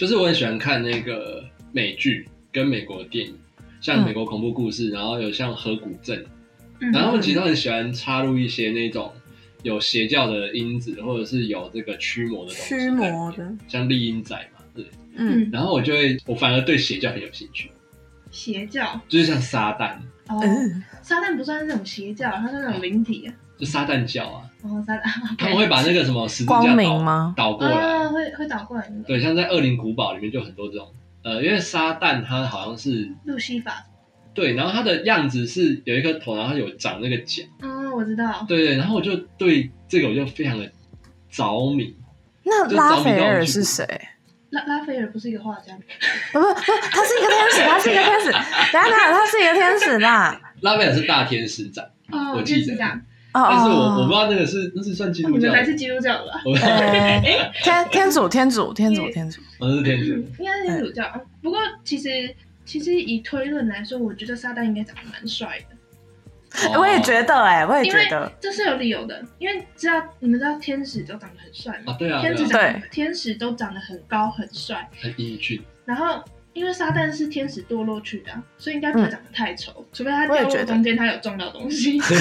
Speaker 2: 就是我很喜欢看那个美剧跟美国电影，像美国恐怖故事，然后有像河谷镇，
Speaker 1: 嗯
Speaker 2: 然后他们其实都很喜欢插入一些那种有邪教的因子，或者是有这个 <laughs> 驱魔的东西在里面， <laughs>
Speaker 3: 的，
Speaker 2: 像丽英仔嘛，对。
Speaker 3: 嗯，
Speaker 1: 嗯，
Speaker 2: 然后我就会，我反而对邪教很有兴趣，
Speaker 1: 邪教
Speaker 2: 就是像撒旦，
Speaker 1: 哦，
Speaker 3: 嗯
Speaker 1: 撒旦不算是那种邪教，它是那种灵体啊。哦
Speaker 2: 就撒旦教啊，
Speaker 1: 然后撒旦，
Speaker 2: 他们会把那个什么十字架
Speaker 3: 光明
Speaker 2: 倒
Speaker 3: 吗？
Speaker 2: 倒过来，
Speaker 1: 啊会会倒过来那个
Speaker 2: 对，像在《恶灵古堡》里面就很多这种，呃，因为撒旦他好像是
Speaker 1: 路西法。
Speaker 2: 对，然后他的样子是有一颗头，然后它有长那个角，
Speaker 1: 嗯，我我知道。
Speaker 2: 对对，然后我就对这个我就非常的着迷。
Speaker 3: 那
Speaker 2: 就
Speaker 3: 拉
Speaker 2: 着迷
Speaker 3: 斐
Speaker 2: 到
Speaker 3: 尔
Speaker 2: 去
Speaker 3: 是谁？
Speaker 1: 拉拉斐尔不是一个画家吗？
Speaker 3: 不不不，他是一个天使，他是一个天使。等一下等一下，他是一个天使啦。
Speaker 2: 拉斐尔是大天使展，
Speaker 1: 哦，
Speaker 2: 我
Speaker 1: 就
Speaker 2: 记
Speaker 1: 是
Speaker 2: 得
Speaker 1: 这样。
Speaker 3: 哦
Speaker 2: 但是我我不知
Speaker 3: <laughs> 哦，
Speaker 2: 道那个是那是算基
Speaker 1: 那
Speaker 2: 督
Speaker 1: 你们
Speaker 2: 教
Speaker 1: 才
Speaker 2: 吗，
Speaker 1: 是基督教吧？
Speaker 3: <laughs>
Speaker 2: 我
Speaker 3: 呃，
Speaker 2: 哎
Speaker 3: 天天主天主天主天主，
Speaker 2: <laughs> 我是天主。
Speaker 1: 嗯应该是天主教。不过其实其实以推论来说，我觉得撒旦应该长得蛮帅的，
Speaker 3: <laughs> 我也觉得哎，我也
Speaker 1: 因
Speaker 3: 觉
Speaker 1: 为
Speaker 3: 得，
Speaker 1: 这是有理由的。因为知道你们知道天使都长得很帅
Speaker 2: 哦
Speaker 1: 吗？
Speaker 2: 啊，对啊，
Speaker 1: 天使
Speaker 2: 对啊
Speaker 1: 长得天使都长得很高很帅，
Speaker 2: 很英俊，
Speaker 1: 然后因为撒旦是天使堕落去的啊、所以应该不会长得太丑，除非他
Speaker 3: 嗯我也
Speaker 1: 掉
Speaker 3: 觉
Speaker 1: 落
Speaker 3: 得
Speaker 1: 中间他有撞到东
Speaker 2: <laughs>
Speaker 1: 西， <laughs> 不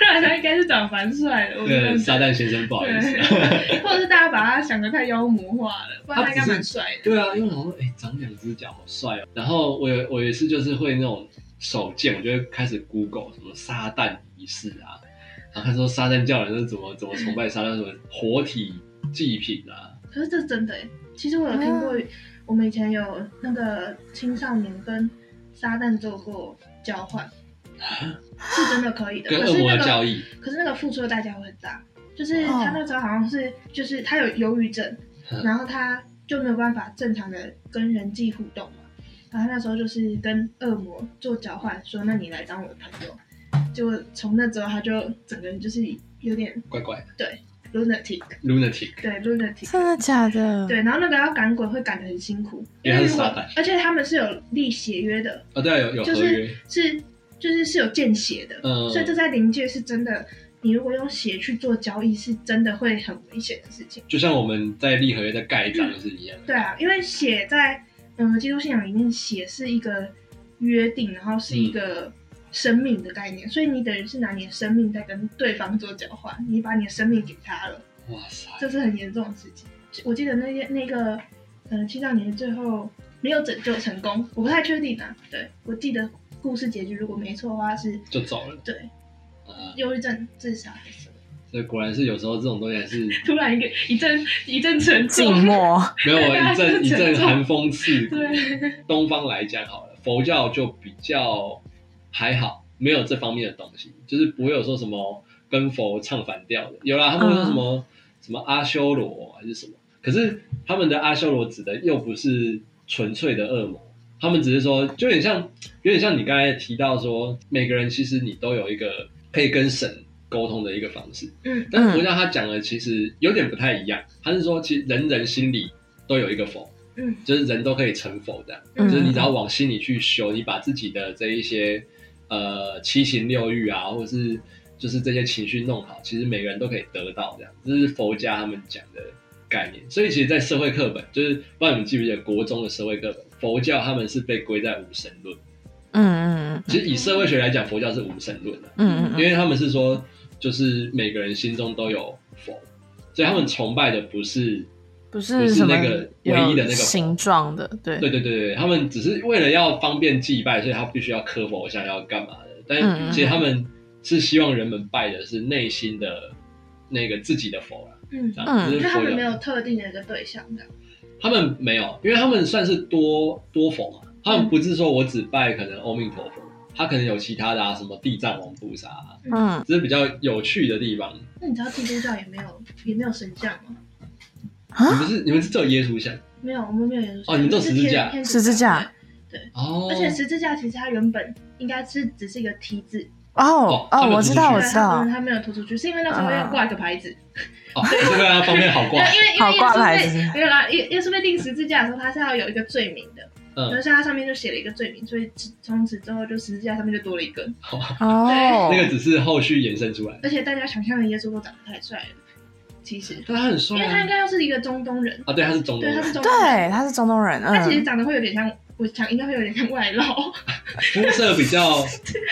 Speaker 1: 然他应该是长蛮帅的。我觉
Speaker 2: 对
Speaker 1: 得
Speaker 2: 撒旦先生不好意思啊。
Speaker 1: 对， <laughs> 或者是大家把他想的太妖魔化了，不然他应该蛮帅的。
Speaker 2: 对啊，因为我想说，哎、长两只脚好帅哦。然后我有我有一次就是会那种手贱，我就会开始 Google 什么撒旦仪式啊，然后他说撒旦教人是怎么怎么崇拜撒旦，什么活体祭品啊，
Speaker 1: 可是这是真的哎、其实我有听过，我们以前有那个青少年跟撒旦做过交换，是真的可以的。
Speaker 2: 啊跟
Speaker 1: 可
Speaker 2: 恶
Speaker 1: 是
Speaker 2: 魔
Speaker 1: 那
Speaker 2: 的交
Speaker 1: 个，
Speaker 2: 易，
Speaker 1: 可是那个付出的代价会很大。就是
Speaker 3: 哦
Speaker 1: 他那时候好像是，就是他有忧郁症，
Speaker 2: 嗯
Speaker 1: 然后他就没有办法正常的跟人际互动嘛。然后他那时候就是跟恶魔做交换，说那你来当我的朋友。结果从那之后，他就整个人就是有点
Speaker 2: 怪怪的
Speaker 1: lunatic，
Speaker 2: lunatic，
Speaker 1: 对 lunatic，
Speaker 3: 真的假的？
Speaker 1: 对，然后那个要赶鬼会赶得很辛苦，
Speaker 2: 因
Speaker 1: 因为
Speaker 2: 为他
Speaker 1: 如
Speaker 2: 是
Speaker 1: 果
Speaker 2: 撒旦
Speaker 1: 而且他们是有立协约的，
Speaker 2: 哦，对啊，有有
Speaker 1: 就
Speaker 2: 合约
Speaker 1: 是，是就是是有见血的，
Speaker 2: 嗯
Speaker 1: 所以这在灵界是真的。你如果用血去做交易，是真的会很危险的事情。
Speaker 2: 就像我们在立合约在盖章是一样的。
Speaker 1: 对啊，因为血在嗯基督信仰里面，血是一个约定，然后是一个生命的概念，所以你等于是拿你的生命在跟对方做交换，你把你的生命给他了。
Speaker 2: 哇塞，
Speaker 1: 这是很严重的事情。我记得那些那个，嗯、青少年最后没有拯救成功，我不太确定啊。对，我记得故事结局如果没错的话是，
Speaker 2: 就走了
Speaker 1: 对，
Speaker 2: 啊！
Speaker 1: 忧郁症自杀还是什么？
Speaker 2: 所以果然是有时候这种东西还是
Speaker 1: 突然一个一阵一阵沉
Speaker 3: 静
Speaker 1: 重，
Speaker 3: 默，
Speaker 1: <laughs>
Speaker 2: 没有
Speaker 1: 对啊
Speaker 2: 一阵一
Speaker 1: 就沉
Speaker 2: 阵
Speaker 1: 重
Speaker 2: 寒风刺骨。
Speaker 1: 对，
Speaker 2: 东方来讲好了，佛教就比较还好，没有这方面的东西，就是不会有说什么跟佛唱反调的。有啦，他们会说什
Speaker 1: 嗯
Speaker 2: 么、什么阿修罗还是什么，可是他们的阿修罗指的又不是纯粹的恶魔，他们只是说就有点像有点像你刚才提到说，每个人其实你都有一个可以跟神沟通的一个方式。
Speaker 1: 嗯，
Speaker 2: 但是佛教他讲的其实有点不太一样，他是说其实人人心里都有一个佛，
Speaker 1: 嗯
Speaker 2: 就是人都可以成佛这样。
Speaker 3: 嗯
Speaker 2: 就是你只要往心里去修，你把自己的这一些呃七情六欲啊，或者是就是这些情绪弄好，其实每个人都可以得到这样。这是佛家他们讲的概念。所以其实，在社会课本，就是不知道你们记不记得国中的社会课本，佛教他们是被归在无神论。
Speaker 3: 嗯嗯
Speaker 2: 其实以社会学来讲，佛教是无神论的、
Speaker 3: 嗯嗯
Speaker 2: 因
Speaker 3: 嗯
Speaker 2: 为他们是说，就是每个人心中都有佛，所以他们崇拜的不是
Speaker 3: 不
Speaker 2: 不
Speaker 3: 是
Speaker 2: 是
Speaker 3: 什么
Speaker 2: 那个唯一的那个
Speaker 3: 有形状的，对，
Speaker 2: 对对对对，他们只是为了要方便祭拜，所以他必须要磕佛像，要干嘛的？
Speaker 3: 嗯嗯
Speaker 2: 但
Speaker 3: 嗯
Speaker 2: 其实他们是希望人们拜的是内心的那个自己的佛啦，啊
Speaker 1: 嗯
Speaker 2: 这，
Speaker 3: 嗯
Speaker 2: 样就
Speaker 1: 就是他
Speaker 2: 佛
Speaker 1: 们没有，特定的一个对象的，
Speaker 2: 他们没有，因为他们算是多多佛嘛，他
Speaker 3: 嗯
Speaker 2: 们不是说我只拜可能阿弥陀佛，他可能有其他的啊，什么地藏王菩萨、啊，
Speaker 3: 嗯，
Speaker 2: 这是比较有趣的地方。
Speaker 1: 那你知道基督教也没有也没有神像吗？
Speaker 2: 你们是你们是只有耶稣像
Speaker 1: 没有，我们没有耶稣像
Speaker 2: 哦你们都
Speaker 1: 是
Speaker 2: 十字架
Speaker 1: 天天
Speaker 3: 十字架
Speaker 2: 哦，
Speaker 1: 对而且十字架其实它原本应该是只是一个 T 字，
Speaker 3: 哦
Speaker 2: 他
Speaker 3: 哦，
Speaker 2: 们
Speaker 3: 我
Speaker 2: 只
Speaker 3: 知
Speaker 2: 是
Speaker 3: 道
Speaker 2: 去
Speaker 3: 我
Speaker 1: 对
Speaker 3: 知
Speaker 1: 他
Speaker 3: 道
Speaker 1: 们，他没有突出去，是因为那时候要挂一个牌子，
Speaker 2: 哦，这个啊方便好
Speaker 1: 因
Speaker 2: 挂
Speaker 1: 为，因为因
Speaker 3: 好
Speaker 1: 为耶
Speaker 3: 哦挂牌
Speaker 1: 稣
Speaker 3: 子
Speaker 1: 被没有啦，耶耶稣被钉十字架的时候，他是要有一个罪名的，然
Speaker 2: 嗯
Speaker 1: 后，他上面就写了一个罪名，所以只从此之后就十字架上面就多了一根，
Speaker 3: 哦，
Speaker 2: 那个只是后续延伸出来的，
Speaker 1: 而且大家想象的耶稣都长得太帅了，其实，
Speaker 2: 但他很
Speaker 1: 因
Speaker 2: 帅
Speaker 1: 为他应
Speaker 2: 啊，
Speaker 1: 该又是一个中东人，
Speaker 2: 啊对，他是中东
Speaker 1: 对，他
Speaker 2: 人
Speaker 1: 是。中东人，
Speaker 3: 对，他是中东人，
Speaker 1: 他其实
Speaker 3: 嗯，
Speaker 1: 长得会有点像。我想应该会有点像外
Speaker 2: <laughs>
Speaker 1: 劳，
Speaker 2: 肤色比
Speaker 1: <laughs>
Speaker 2: 较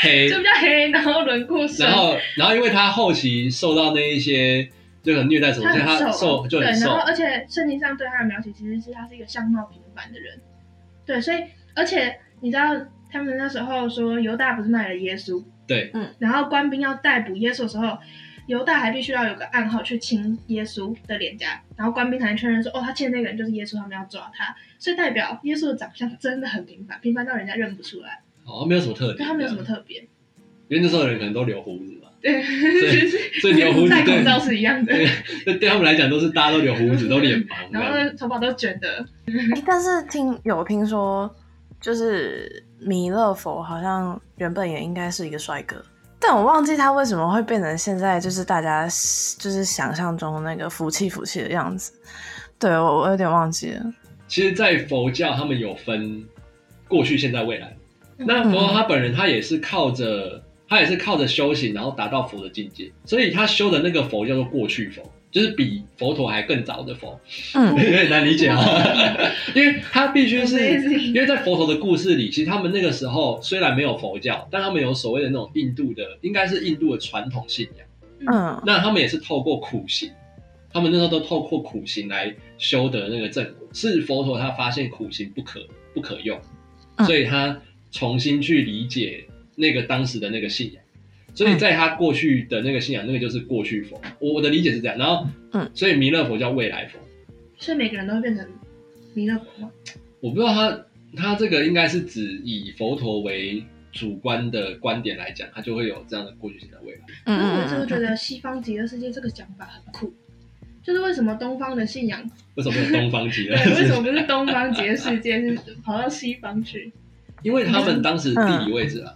Speaker 2: 黑
Speaker 1: 就，比较黑，然后轮廓深，
Speaker 2: 然后然后因为他后期受到那一些就很虐待什么，
Speaker 1: 他
Speaker 2: 所以
Speaker 1: 很瘦
Speaker 2: 他瘦
Speaker 1: 嘛，
Speaker 2: 就很
Speaker 1: 对，然
Speaker 2: 瘦
Speaker 1: 后，而且圣经上对他的描写其实是他是一个相貌平凡的人，对，所以而且你知道他们那时候说犹大不是卖了耶稣，
Speaker 2: 对，
Speaker 1: 然后官兵要逮捕耶稣的时候，犹大还必须要有个暗号去亲耶稣的脸颊，然后官兵才能确认说哦他亲的那个人就是耶稣，他们要抓他，所以代表耶稣的长相真的很平凡，平凡到人家认不出来，
Speaker 2: 哦，没有什么特
Speaker 1: 对
Speaker 2: 点，
Speaker 1: 他没有什么特别，
Speaker 2: 因为那时候的人可能都留胡子
Speaker 1: <laughs>
Speaker 2: 嘛，
Speaker 1: 对，
Speaker 2: 所以留胡子
Speaker 1: 戴口罩
Speaker 2: 对
Speaker 1: 是一样的，
Speaker 2: 对 <laughs> 对对他们来讲都是大家都留胡子，都脸盲这
Speaker 1: <laughs> 然
Speaker 2: 样。
Speaker 1: 后头发都卷的，
Speaker 3: 诶但是听有听说，就是弥勒佛好像原本也应该是一个帅哥，但我忘记他为什么会变成现在就是大家就是想象中那个福气福气的样子。对我我有点忘记了，
Speaker 2: 其实，在佛教他们有分过去、现在、未来。那佛陀他本人他也是靠着他也是靠着修行，然后达到佛的境界，所以他修的那个佛叫做过去佛，就是比佛陀还更早的佛， <laughs> 有
Speaker 3: 嗯
Speaker 2: 点难理解啊、因为他必须是
Speaker 1: Amazing
Speaker 2: 因为在佛陀的故事里，其实他们那个时候虽然没有佛教，但他们有所谓的那种印度的，应该是印度的传统信仰。
Speaker 3: 嗯
Speaker 2: 那他们也是透过苦行，他们那时候都透过苦行来修得那个正果。是佛陀他发现苦行不可不可用，
Speaker 3: 嗯
Speaker 2: 所以他重新去理解那个当时的那个信仰。所以
Speaker 3: 嗯
Speaker 2: 在他过去的那个信仰，那个就是过去佛。我我的理解是这样。然后，
Speaker 3: 嗯，
Speaker 2: 所以弥勒佛叫未来佛。
Speaker 1: 所以每个人都会变成弥勒佛吗？
Speaker 2: 我不知道他他这个应该是指以佛陀为主观的观点来讲，他就会有这样的过去性的未来。
Speaker 3: 嗯
Speaker 1: 因为我就
Speaker 3: 嗯
Speaker 1: 会觉
Speaker 3: 嗯，
Speaker 1: 得西方极乐世界这个讲法很酷，就是为什么东方的信仰，
Speaker 2: 为什么有东方极
Speaker 1: 对
Speaker 2: 乐？，
Speaker 1: 为什么不是东方极乐世界，是跑到西方去？
Speaker 2: <laughs> 因为他们当时地理位置啊。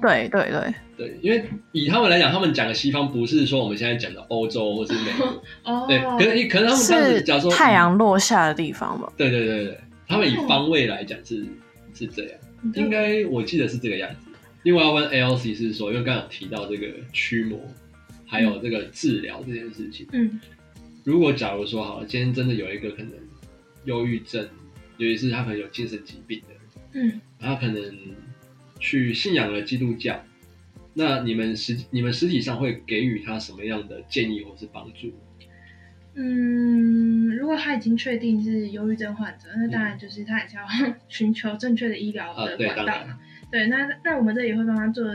Speaker 3: 对对对，
Speaker 2: 对，因为以他们来讲，他们讲的西方不是说我们现在讲的欧洲或是美国，
Speaker 1: 哦，
Speaker 2: 对，可能可能他们当时
Speaker 3: 是
Speaker 2: 假如说嗯
Speaker 3: 太，阳落下的地方吧？
Speaker 2: 对对对对，他们以方位来讲是是这样，
Speaker 1: 你就
Speaker 2: 应该我记得是这个样子。另外要问 ALC 是说，因为刚刚有提到这个驱魔，还有这个治疗这件事情，
Speaker 1: 嗯，
Speaker 2: 如果假如说好了，今天真的有一个可能忧郁症，尤其是他可能有精神疾病的人，
Speaker 1: 嗯
Speaker 2: 他可能去信仰了基督教，那你们实你们实体上会给予他什么样的建议或是帮助？
Speaker 1: 嗯，如果他已经确定是忧郁症患者，那当然就是他也是要 <laughs> 寻求正确的医疗
Speaker 2: 嗯啊
Speaker 1: 的
Speaker 2: 对
Speaker 1: 管
Speaker 2: 当
Speaker 1: 道
Speaker 2: 然
Speaker 1: 嘛。对，那那我们这里会帮他做，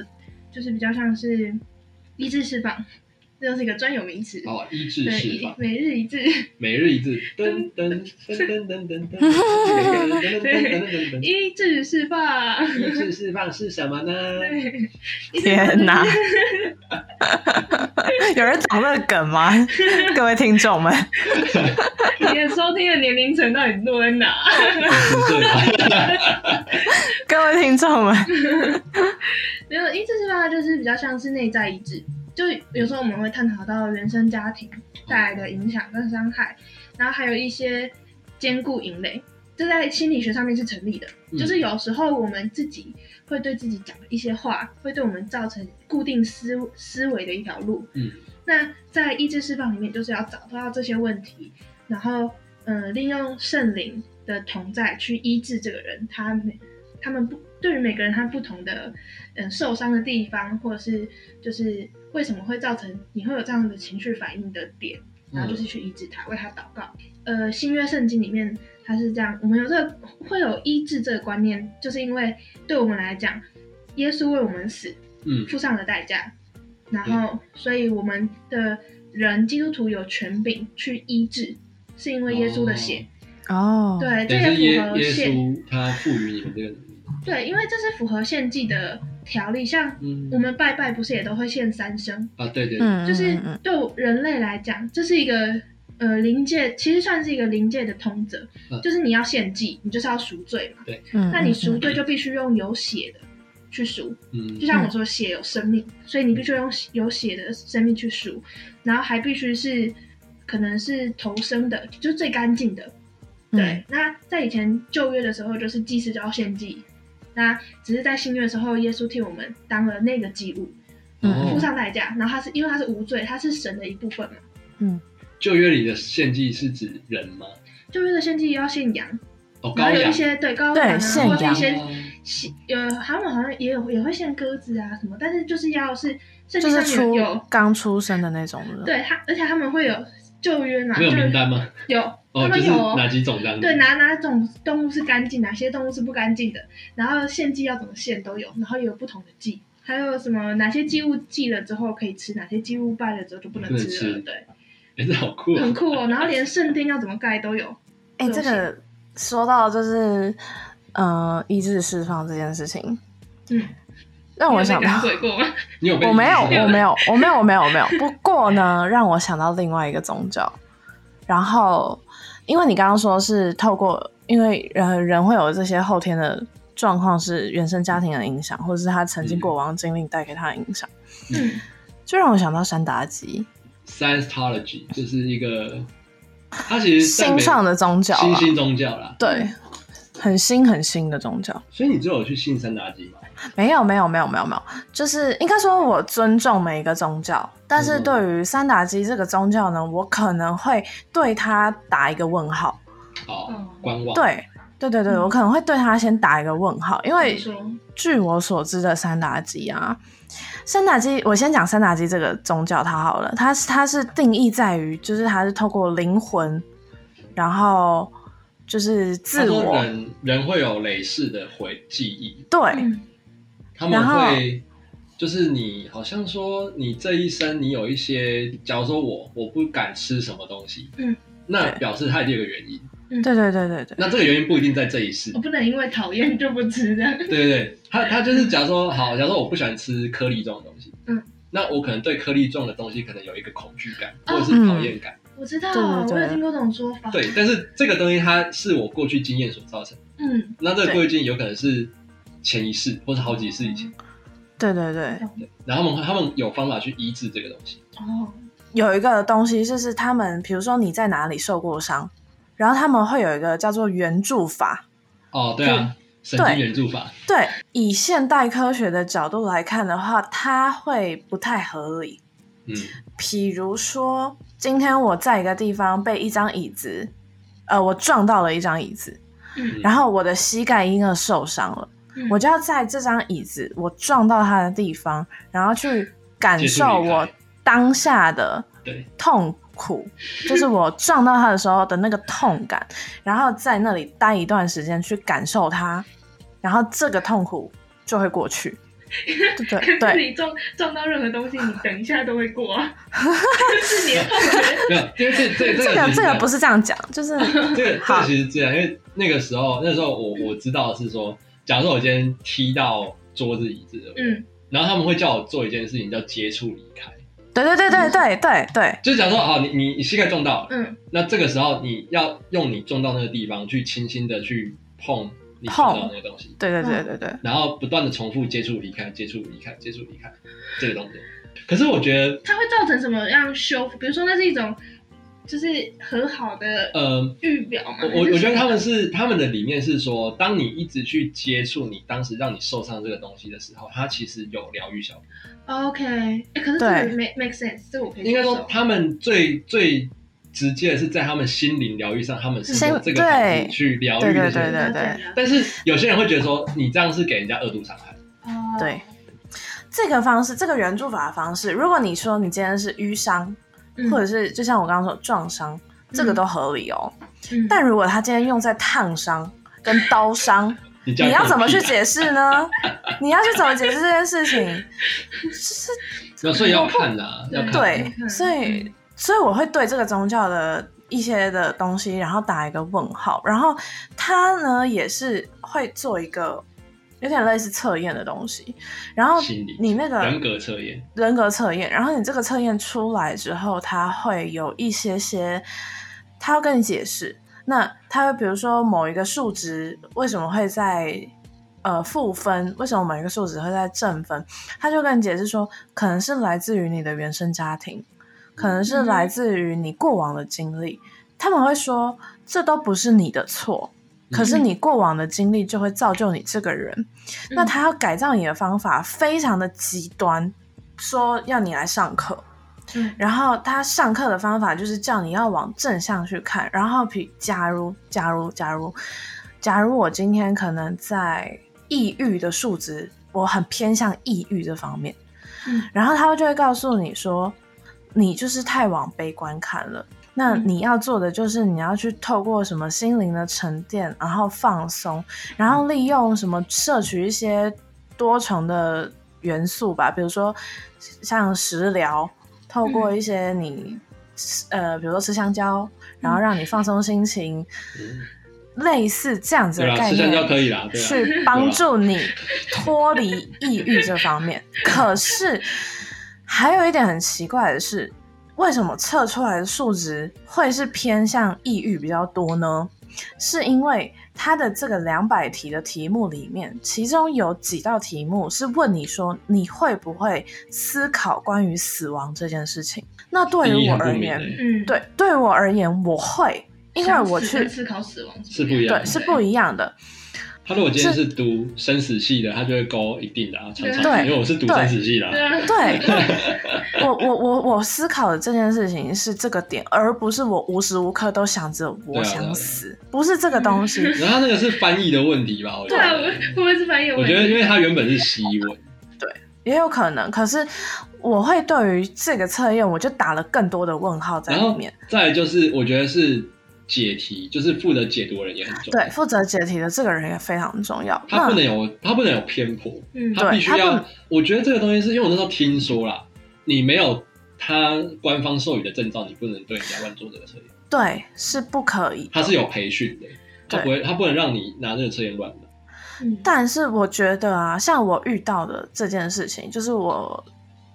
Speaker 1: 就是比较像是医治释放，这就是一个专有名词。
Speaker 2: 哦，医治
Speaker 1: 对，
Speaker 2: 释
Speaker 1: 一
Speaker 2: 放，
Speaker 1: 每日一治。 <laughs>
Speaker 2: 每日一字，噔噔噔噔噔噔噔噔噔噔噔噔噔噔。
Speaker 1: 一至释放。 <laughs>
Speaker 2: 医治释放是什么呢？
Speaker 1: 对， <laughs>
Speaker 3: 天哪！ <laughs> 有人懂这个
Speaker 1: <laughs>
Speaker 3: 梗吗？各位听众们，
Speaker 1: 你的收听的年龄层到底落在哪？
Speaker 2: 对吧？
Speaker 3: 各位听众们，
Speaker 1: 没有，一至释放它就是比较像是内在一致，就有时候我们会探讨到原生家庭带来的影响跟伤害，然后还有一些坚固引垒，这在心理学上面是成立的。
Speaker 2: 嗯
Speaker 1: 就是有时候我们自己会对自己讲一些话，会对我们造成固定思思维的一条路。
Speaker 2: 嗯，
Speaker 1: 那在意志释放里面，就是要找到这些问题，然后呃，利用圣灵的同在去医治这个人，他每他们不对于每个人他不同的嗯、呃受伤的地方，或者是就是为什么会造成你会有这样的情绪反应的点，然后就是去医治他，为他祷告。呃，新约圣经里面它是这样，我们有这个会有医治这个观念，就是因为对我们来讲，耶稣为我们死，
Speaker 2: 嗯
Speaker 1: 付上了代价，然后所以我们的人基督徒有权柄去医治，是因为耶稣的血。
Speaker 3: 哦，
Speaker 1: 对，这
Speaker 2: 等于是耶
Speaker 1: 也符合
Speaker 2: 耶
Speaker 1: 献，
Speaker 2: 稣他赋予你们这个能力。
Speaker 1: 对，因为这是符合献祭的条例，像。
Speaker 2: 嗯
Speaker 1: 我们拜拜不是也都会献三牲，
Speaker 2: 啊，对对，
Speaker 3: 嗯，
Speaker 1: 就是
Speaker 3: 嗯嗯
Speaker 1: 对人类来讲，这是一个呃灵界，其实算是一个灵界的通则
Speaker 2: 嗯，
Speaker 1: 就是你要献祭，你就是要赎罪嘛。
Speaker 3: 嗯
Speaker 1: 那你
Speaker 3: 嗯
Speaker 1: 赎罪就必须用有血的去赎，
Speaker 2: 嗯
Speaker 1: 就像我说血有生命，所以你必须用血有血的生命去赎，然后还必须是可能是头生的，就是最干净的。
Speaker 3: 嗯
Speaker 1: 对，那在以前旧约的时候，就是祭司就要献祭，那只是在新约的时候，耶稣替我们当了那个祭物，
Speaker 3: 嗯
Speaker 1: 付
Speaker 2: 哦，
Speaker 1: 上代价。然后他是因为他是无罪，他是神的一部分嘛。
Speaker 2: 旧约里的献祭是指人吗？
Speaker 1: 旧约的献祭要献羊，
Speaker 2: 哦，
Speaker 1: 然
Speaker 2: 羔
Speaker 1: 后有
Speaker 2: 羊
Speaker 1: 一。些对羔
Speaker 3: 对
Speaker 1: 羊啊，
Speaker 3: 献
Speaker 1: 或者是一
Speaker 3: 羊
Speaker 1: 些
Speaker 2: 哦
Speaker 1: 喜呃，他们好像也有也会献鸽子啊什么，但是就是要是圣
Speaker 3: 就
Speaker 1: 经
Speaker 3: 是
Speaker 1: 上
Speaker 3: 出
Speaker 1: 面有
Speaker 3: 刚出生的那种人，
Speaker 1: 对他，而且他们会有旧约嘛，
Speaker 2: 没有
Speaker 1: 就
Speaker 2: 名单吗？
Speaker 1: 有，他
Speaker 2: 哦，就
Speaker 1: 们
Speaker 2: 是
Speaker 1: 有
Speaker 2: 哪几种这样子？
Speaker 1: 对哪哪种动物是干净，哪些动物是不干净的，然后献祭要怎么献都有，然后也有不同的祭，还有什么哪些祭物祭了之后可以吃，哪些祭物拜了之后就不能
Speaker 2: 不能
Speaker 1: 吃了，
Speaker 2: 吃
Speaker 1: 对，
Speaker 2: 哎，这好酷哦！
Speaker 1: 很酷哦。然后连圣殿要怎么盖都有，
Speaker 3: 哎、
Speaker 1: 有
Speaker 3: 这
Speaker 1: 些
Speaker 3: 个说到就是呃，意志释放这件事情，
Speaker 1: 嗯，
Speaker 3: <laughs> 让我想
Speaker 1: 你有被赶，
Speaker 3: 到
Speaker 1: 鬼过吗？
Speaker 3: <laughs>
Speaker 2: 你有被
Speaker 3: 我没有，
Speaker 2: 你是
Speaker 3: 我没有，我没有，我没有，我没有。不过呢，让我想到另外一个宗教。然后，因为你刚刚说是透过，因为人人会有这些后天的状况，是原生家庭的影响，或者是他曾经
Speaker 2: 嗯
Speaker 3: 过往经历带给他的影响，
Speaker 1: 嗯，
Speaker 3: 就让我想到山达基
Speaker 2: Scientology，就是一个，它其实在美
Speaker 3: 新上的宗教、
Speaker 2: 新
Speaker 3: 啊，
Speaker 2: 兴宗教啦。
Speaker 3: 对，很新很新的宗教。
Speaker 2: 所以你只有去信三达基嘛？
Speaker 3: 没有，没有，没有，没有，没有，就是应该说，我尊重每一个宗教，但是
Speaker 2: 嗯
Speaker 3: 对于三打基这个宗教呢，我可能会对他打一个问号。
Speaker 2: 哦
Speaker 1: 嗯，
Speaker 2: 官网。
Speaker 3: 对，对，对，对，
Speaker 1: 嗯
Speaker 3: 我可能会对他先打一个问号，因为
Speaker 1: 你说
Speaker 3: 据我所知的三打基啊，三打基，我先讲三打基这个宗教它好了，它是它是定义在于，就是它是透过灵魂，然后就是
Speaker 2: 他
Speaker 3: 自
Speaker 2: 说
Speaker 3: 我，
Speaker 2: 人人会有累世的回记忆，
Speaker 3: 对，
Speaker 1: 嗯
Speaker 2: 他们
Speaker 3: 然后
Speaker 2: 会就是你好像说你这一生你有一些，假如说我我不敢吃什么东西，
Speaker 1: 嗯，
Speaker 2: 那
Speaker 3: 对
Speaker 2: 表示它一定有个原因，
Speaker 3: 对，对，对，对，对，
Speaker 2: 那这个原因不一定在这一世
Speaker 1: 我，不能因为讨厌就不吃的。 <laughs>
Speaker 2: <laughs> 对对对，他他就是假如说好，假如说我不喜欢吃颗粒状的东西，
Speaker 1: 嗯。
Speaker 2: 那我可能对颗粒状的东西可能有一个恐惧感，或
Speaker 1: 哦
Speaker 2: 者
Speaker 3: 嗯
Speaker 2: 是讨厌感，
Speaker 1: 我知道，
Speaker 3: 对对对
Speaker 1: 我有听过这种说法。
Speaker 2: 对。但是这个东西它是我过去经验所造成的，
Speaker 1: 嗯，
Speaker 2: 那这个过去经验有可能是前一世或是好几世以前，
Speaker 3: 对，对，对。
Speaker 1: 嗯
Speaker 2: 然后他们他们有方法去医治这个东西。
Speaker 1: 哦，
Speaker 3: 有一个东西，就是他们，比如说你在哪里受过伤，然后他们会有一个叫做援助法。
Speaker 2: 哦，对啊，神经援助法，
Speaker 3: 对，以现代科学的角度来看的话，它会不太合理。
Speaker 2: 嗯，
Speaker 3: 比如说，今天我在一个地方被一张椅子，呃，我撞到了一张椅子，
Speaker 1: 嗯
Speaker 3: 然后我的膝盖因而受伤了，
Speaker 1: 嗯
Speaker 3: 我就要在这张椅子我撞到它的地方，然后去感受我当下的
Speaker 2: 对，
Speaker 3: 痛苦，就是我撞到它的时候的那个痛感，然后在那里待一段时间去感受它，然后这个痛苦就会过去。对
Speaker 1: <laughs>
Speaker 3: 对
Speaker 1: 可是
Speaker 3: 对，
Speaker 1: 你撞撞到任何东西，你等一下都会
Speaker 3: <laughs>
Speaker 1: 过啊，就是你的痛觉。
Speaker 2: 没有，因为这这个
Speaker 3: 这个
Speaker 2: 其实
Speaker 3: 这
Speaker 2: 这
Speaker 3: 个不是这样讲，就是
Speaker 2: 这个这
Speaker 3: 好
Speaker 2: 个其实这样，因为那个时候那时候我我知道的是说，假如说我今天踢到桌子椅子了，
Speaker 1: 嗯，
Speaker 2: 然后他们会叫我做一件事情叫接触离开，
Speaker 3: 对对对对对对对
Speaker 2: 就是假如说好，你你你膝盖撞到了，
Speaker 1: 嗯，
Speaker 2: 那这个时候你要用你撞到那个地方去轻轻的去碰你撞到的那个东西，
Speaker 3: 对对对对对，
Speaker 2: 然后不断的重复接触离开，接触离开，接触离开这个动作。可是我觉得，
Speaker 1: 它会造成什么样修复？比如说，那是一种就是和好的
Speaker 2: 呃，
Speaker 1: 预表嘛？
Speaker 2: 我我我觉得他
Speaker 1: 们
Speaker 2: 们是他们的理念是说，当你一直去接触你当时让你受伤这个东西的时候，它其实有疗愈效果。
Speaker 1: OK，哎，可是这
Speaker 3: 对
Speaker 1: 个 make make sense，这个我可以
Speaker 2: 应该
Speaker 1: 接
Speaker 2: 说
Speaker 1: 受，。
Speaker 2: 他们最最直接的是在他们心灵疗愈上，他们是有
Speaker 3: 心
Speaker 2: 这个方
Speaker 3: 对
Speaker 2: 式去疗
Speaker 3: 对
Speaker 2: 愈
Speaker 3: 对
Speaker 2: 这些
Speaker 3: 对
Speaker 2: 人。
Speaker 3: 对对
Speaker 2: 但是有些人会觉得说，你这样是给人家恶度伤害。
Speaker 1: 哦，
Speaker 3: 对，这个方式，这个援助法的方式，如果你说你今天是淤伤，
Speaker 1: 嗯
Speaker 3: 或者是就像我刚刚说撞伤，这个都合理哦。
Speaker 1: 嗯
Speaker 3: 但如果他今天用在烫伤跟刀伤，
Speaker 2: 你这样
Speaker 3: 你要怎么
Speaker 2: 可
Speaker 3: 去
Speaker 2: 以啊？
Speaker 3: 解释
Speaker 2: <laughs>
Speaker 3: 呢？你要去怎么解释这件事情？是，
Speaker 2: 那所以要看啦，要看。
Speaker 3: 对
Speaker 1: 嗯，
Speaker 3: 所以所以我会对这个宗教的一些的东西，然后打一个问号。然后他呢也是会做一个有点类似测验的东西，然后
Speaker 2: 心理
Speaker 3: 你那个
Speaker 2: 人格测验，
Speaker 3: 人格测验，然后你这个测验出来之后，他会有一些些，他要跟你解释。那他会比如说某一个数值为什么会在呃负分，为什么某一个数值会在正分，他就跟你解释说，可能是来自于你的原生家庭，可能是来自于你过往的经历。他们会说，这都不是你的错，可是你过往的经历就会造就你这个人。
Speaker 1: 嗯
Speaker 3: 那他要改造你的方法非常的极端，说要你来上课，
Speaker 1: 嗯
Speaker 3: 然后他上课的方法就是叫你要往正向去看，然后比假如假如假如假如我今天可能在抑郁的数值，我很偏向抑郁这方面，
Speaker 1: 嗯
Speaker 3: 然后他就会告诉你说，你就是太往悲观看了。那
Speaker 1: 嗯
Speaker 3: 你要做的就是你要去透过什么心灵的沉淀，然后放松，然后利用什么摄取一些多重的元素吧，比如说像食
Speaker 2: 嗯
Speaker 3: 疗，透过一些你、呃，比如说吃香蕉，然后让你放松心情，
Speaker 2: 嗯
Speaker 3: 类似这样子
Speaker 2: 对
Speaker 3: 的
Speaker 2: 啦，
Speaker 3: 概
Speaker 2: 吃香蕉
Speaker 3: 念。
Speaker 2: 可以啦，对啊啦，
Speaker 3: 去帮助你脱离抑郁这方
Speaker 2: <laughs>
Speaker 3: 面。可是还有一点很奇怪的是，为什么测出来的数值会是偏向抑郁比较多呢？是因为它的这个两百题的题目里面，其中有几道题目是问你说你会不会思考关于死亡这件事情。那对
Speaker 2: 定
Speaker 3: 于
Speaker 2: 义
Speaker 3: 我
Speaker 2: 很
Speaker 3: 而
Speaker 2: 不明
Speaker 3: 言，
Speaker 2: 欸，
Speaker 1: 嗯，，
Speaker 3: 对对我而言，我会，因为我去
Speaker 2: <laughs>
Speaker 1: 去思考死亡
Speaker 2: 是不一样
Speaker 3: 对
Speaker 2: 的。
Speaker 3: 是不一样的。
Speaker 2: 他如果今天是读生死系的，他就会勾一定的啊，常常
Speaker 1: 对
Speaker 2: 因为我是读生死系的
Speaker 1: 对
Speaker 2: 啊，
Speaker 1: 啊，
Speaker 3: 对，那我我我我思考的这件事情是这个点，而不是我无时无刻都想着
Speaker 2: 啊
Speaker 3: 我想死，不是这个
Speaker 2: <laughs>
Speaker 3: 东西。
Speaker 2: 然后他那个是翻译的问题吧？我觉
Speaker 1: 对啊，
Speaker 2: 得
Speaker 1: 我，我们是翻译，
Speaker 2: 我觉得因为他原本是西文，
Speaker 3: 也有可能，可是我会对于这个测验，我就打了更多的问号在
Speaker 2: 然
Speaker 3: 里
Speaker 2: 后
Speaker 3: 面。
Speaker 2: 再来就是我觉得是解题，就是负责解读的人也很重要，
Speaker 3: 对，负责解题的这个人也非常重要。
Speaker 2: 他
Speaker 3: 那
Speaker 2: 不能有他不能有偏颇，
Speaker 1: 嗯，
Speaker 2: 他必须
Speaker 3: 对他不
Speaker 2: 要。我觉得这个东西是因为我那时候听说啦，你没有他官方授予的证照，你不能对人家乱做这个测验。
Speaker 3: 对是不可以的。
Speaker 2: 他是有培训的，他不会，他不能让你拿这个测验乱的。
Speaker 1: 嗯
Speaker 3: 但是我觉得啊，像我遇到的这件事情，就是我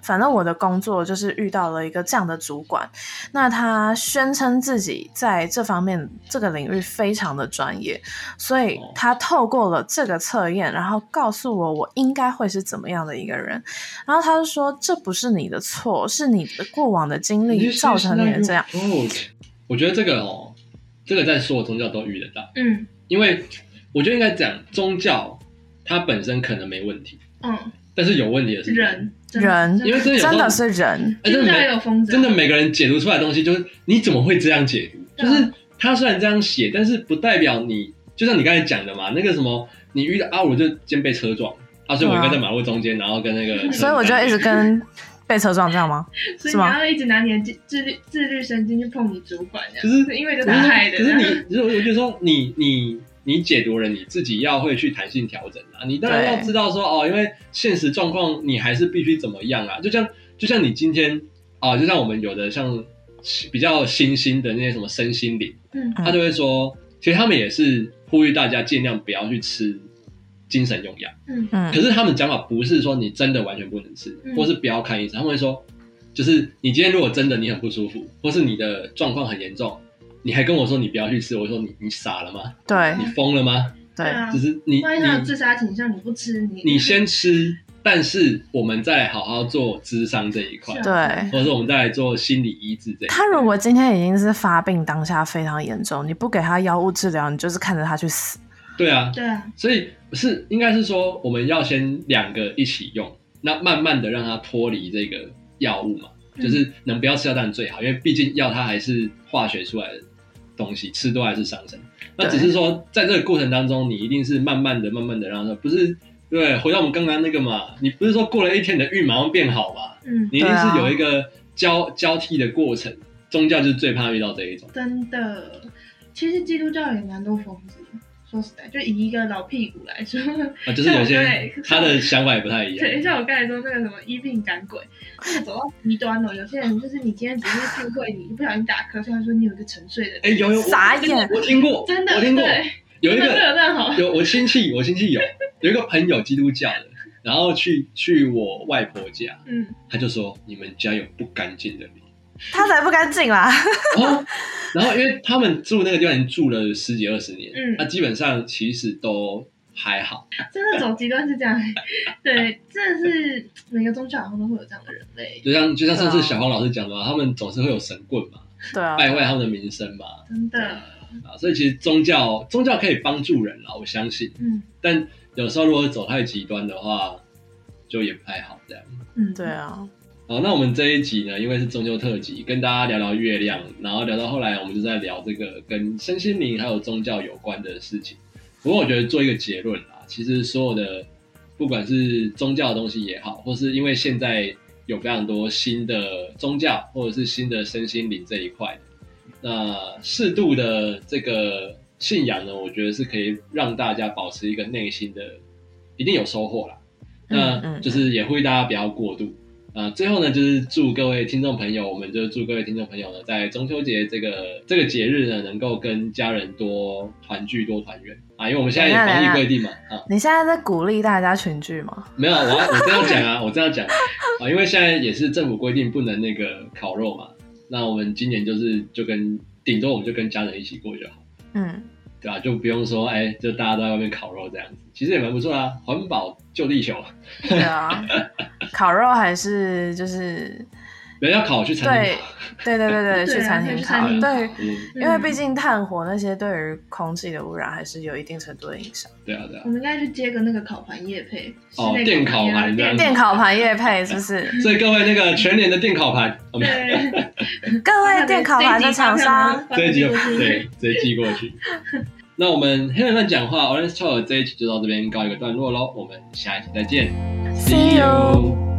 Speaker 3: 反正我的工作就是遇到了一个这样的主管，那他宣称自己在这方面这个领域非常的专业，所以
Speaker 2: 哦
Speaker 3: 他透过了这个测验，然后告诉我我应该会是怎么样的一个人，然后他就说这不是你的错，是你的过往的经历造嗯成你的这样。
Speaker 2: 哦，我觉得这个哦，这个在所有宗教都遇得到，
Speaker 1: 嗯
Speaker 2: 因为我觉得应该讲宗教它本身可能没问题，
Speaker 1: 嗯，
Speaker 2: 但是有问题的是
Speaker 1: 人真的
Speaker 3: 人
Speaker 2: 因为真的有时候
Speaker 3: 嗯真的是人，
Speaker 2: 哎
Speaker 1: 真
Speaker 2: 真的
Speaker 1: 的
Speaker 2: 没
Speaker 1: 有疯子，
Speaker 2: 真的每个人解读出来的东西，就是你怎么会这样解读？
Speaker 1: 对
Speaker 2: 就
Speaker 1: 啊
Speaker 2: 是他虽然这样写，但是不代表你，就像你刚才讲的嘛，那个什么，你遇到啊，我就先被车撞，啊，所以我应该在马路中间，然后跟那个，
Speaker 3: 所以我就一直跟被车撞，这样吗？
Speaker 1: 所以你
Speaker 3: 是吗
Speaker 1: 要一直拿你的自自律自律神经去碰你主管，这样
Speaker 2: 就是
Speaker 1: 因为这
Speaker 2: 可
Speaker 1: 是
Speaker 2: 是
Speaker 1: 害的。
Speaker 2: 可是你，可是我就说你你你解读了，你自己要会去弹性调整啊。你当然
Speaker 3: 对
Speaker 2: 要知道说哦，因为现实状况你还是必须怎么样啊。就像就像你今天啊、就像我们有的像比较新兴的那些什么身心灵，
Speaker 1: 嗯
Speaker 2: 他就会说，其实他们也是呼吁大家尽量不要去吃精神用药。
Speaker 1: 嗯
Speaker 3: 嗯
Speaker 2: 可，是他们讲法不是说你真的完全不能吃，
Speaker 1: 嗯
Speaker 2: 或是不要看医生，他们会说，就是你今天如果真的你很不舒服，或是你的状况很严重，你还跟我说你不要去吃，我说你你傻了吗？
Speaker 3: 对嗯
Speaker 2: 你疯了吗？
Speaker 1: 对
Speaker 3: 对。
Speaker 1: 啊
Speaker 2: 就，是你
Speaker 1: 万一他有
Speaker 2: 你
Speaker 1: 自杀倾向，你不吃你
Speaker 2: 你先吃，但是我们再来好好做智商这一块
Speaker 1: 是，啊
Speaker 3: 对
Speaker 2: 或者是我们再来做心理医治这一块。
Speaker 3: 他如果今天已经是发病当下非常严重，你不给他药物治疗，你就是看着他去死。
Speaker 2: 对啊，
Speaker 1: 对啊，
Speaker 2: 所以是应该是说我们要先两个一起用，那慢慢的让它脱离这个药物嘛，
Speaker 1: 嗯
Speaker 2: 就是能不要吃药当然最好，因为毕竟药它还是化学出来的东西，吃多还是伤身。那只是说在这个过程当中，你一定是慢慢的、慢慢的让它不是对，回到我们刚刚那个嘛，你不是说过了一天你的运马上变好嘛？
Speaker 1: 嗯，
Speaker 2: 你一定
Speaker 3: 对啊
Speaker 2: 是有一个交、
Speaker 1: 啊
Speaker 2: 交替的过程。宗教就是最怕遇到这一种，
Speaker 1: 真的，其实基督教也蛮多疯子的。说实在，就以一个老屁股来说， <laughs>
Speaker 2: 啊，就是有些
Speaker 1: 对
Speaker 2: 他的想法也不太一样。
Speaker 1: 对，像我刚才说那个什么医病赶鬼，那个走到极端哦了。有些人就是你今天只是聚会，你不小心打瞌睡，他说你有一个沉睡的，
Speaker 2: 哎、有有，我
Speaker 3: 傻眼
Speaker 2: 我听过，
Speaker 1: 真的
Speaker 2: 我听过，
Speaker 1: 对，
Speaker 2: 有一
Speaker 1: 真的会有
Speaker 2: 个
Speaker 1: 那种，
Speaker 2: 有我亲戚，我亲戚有有一个朋友基督教的，然后去去我外婆家，
Speaker 1: 嗯，
Speaker 2: 他就说你们家有不干净的灵，
Speaker 3: 他才不干净啦！ <laughs>
Speaker 2: 然后然后因为他们住那个地方已经住了十几二十年，
Speaker 1: 嗯
Speaker 2: 那基本上其实都还好，
Speaker 1: 真的走极端是这样， <laughs> 对，真的是每个宗教好像都会有这样的人类，
Speaker 2: 就像就像上次
Speaker 3: 对啊
Speaker 2: 小黄老师讲的嘛，他们总是会有神棍嘛，
Speaker 3: 对啊，
Speaker 2: 败坏他们的名声嘛，
Speaker 1: 真的，
Speaker 2: 啊，所以其实宗教宗教可以帮助人啊，我相信，
Speaker 1: 嗯
Speaker 2: 但有时候如果走太极端的话，就也不太好这样。
Speaker 1: 嗯，
Speaker 3: 对，啊，
Speaker 2: 好，那我们这一集呢，因为是中秋特辑，跟大家聊聊月亮，然后聊到后来，我们就在聊这个跟身心灵还有宗教有关的事情。不过我觉得做一个结论啦，其实所有的不管是宗教的东西也好，或是因为现在有非常多新的宗教或者是新的身心灵这一块，那适度的这个信仰呢，我觉得是可以让大家保持一个内心的，一定有收获啦。
Speaker 3: 嗯
Speaker 2: 那
Speaker 3: 嗯
Speaker 2: 就是也呼吁大家不要过度，呃，最后呢，就是祝各位听众朋友，我们就祝各位听众朋友呢，在中秋节这个这个节日呢，能够跟家人多团聚、多团圆啊，因为我们现在也防疫规定嘛，啊，
Speaker 3: 你现在在鼓励大家群聚吗？
Speaker 2: 没有，我要我这样讲啊，我这样讲啊，因为现在也是政府规定不能那个烤肉嘛，那我们今年就是就跟顶多我们就跟家人一起过就好，
Speaker 3: <laughs> 嗯，
Speaker 2: 对吧、就不用说哎、就大家都在外面烤肉这样子，其实也蛮不错啊，环保救地球，
Speaker 3: 对啊，烤肉还是就是，
Speaker 2: 人要烤去餐厅
Speaker 3: 对
Speaker 2: 烤，
Speaker 3: 对对对对，
Speaker 1: 对啊
Speaker 3: 去餐厅
Speaker 1: 去餐
Speaker 3: 烤，
Speaker 1: 厅
Speaker 3: 对
Speaker 1: 烤，
Speaker 2: 嗯，
Speaker 3: 因为毕竟炭火那些对于空气的污染还是有一定程度的影响。
Speaker 2: 对啊对啊
Speaker 1: 我。们应该去接个那个烤盘叶配，
Speaker 2: 哦
Speaker 1: 室内
Speaker 2: 电烤盘这样
Speaker 1: 电
Speaker 2: 子
Speaker 3: 电烤盘夜配是不 <laughs> 是？
Speaker 2: 所以各位那个全年的电烤盘，我们
Speaker 3: <laughs>
Speaker 1: 对，
Speaker 3: 各位电烤盘的厂商，
Speaker 2: <laughs> 这一集就
Speaker 1: 发过去
Speaker 2: 对直接寄过
Speaker 3: <laughs>
Speaker 2: 去。那我们黑人乱讲话 Orange Talk 这一集就到这边告一个段落喽，我们下一集再见
Speaker 3: See you。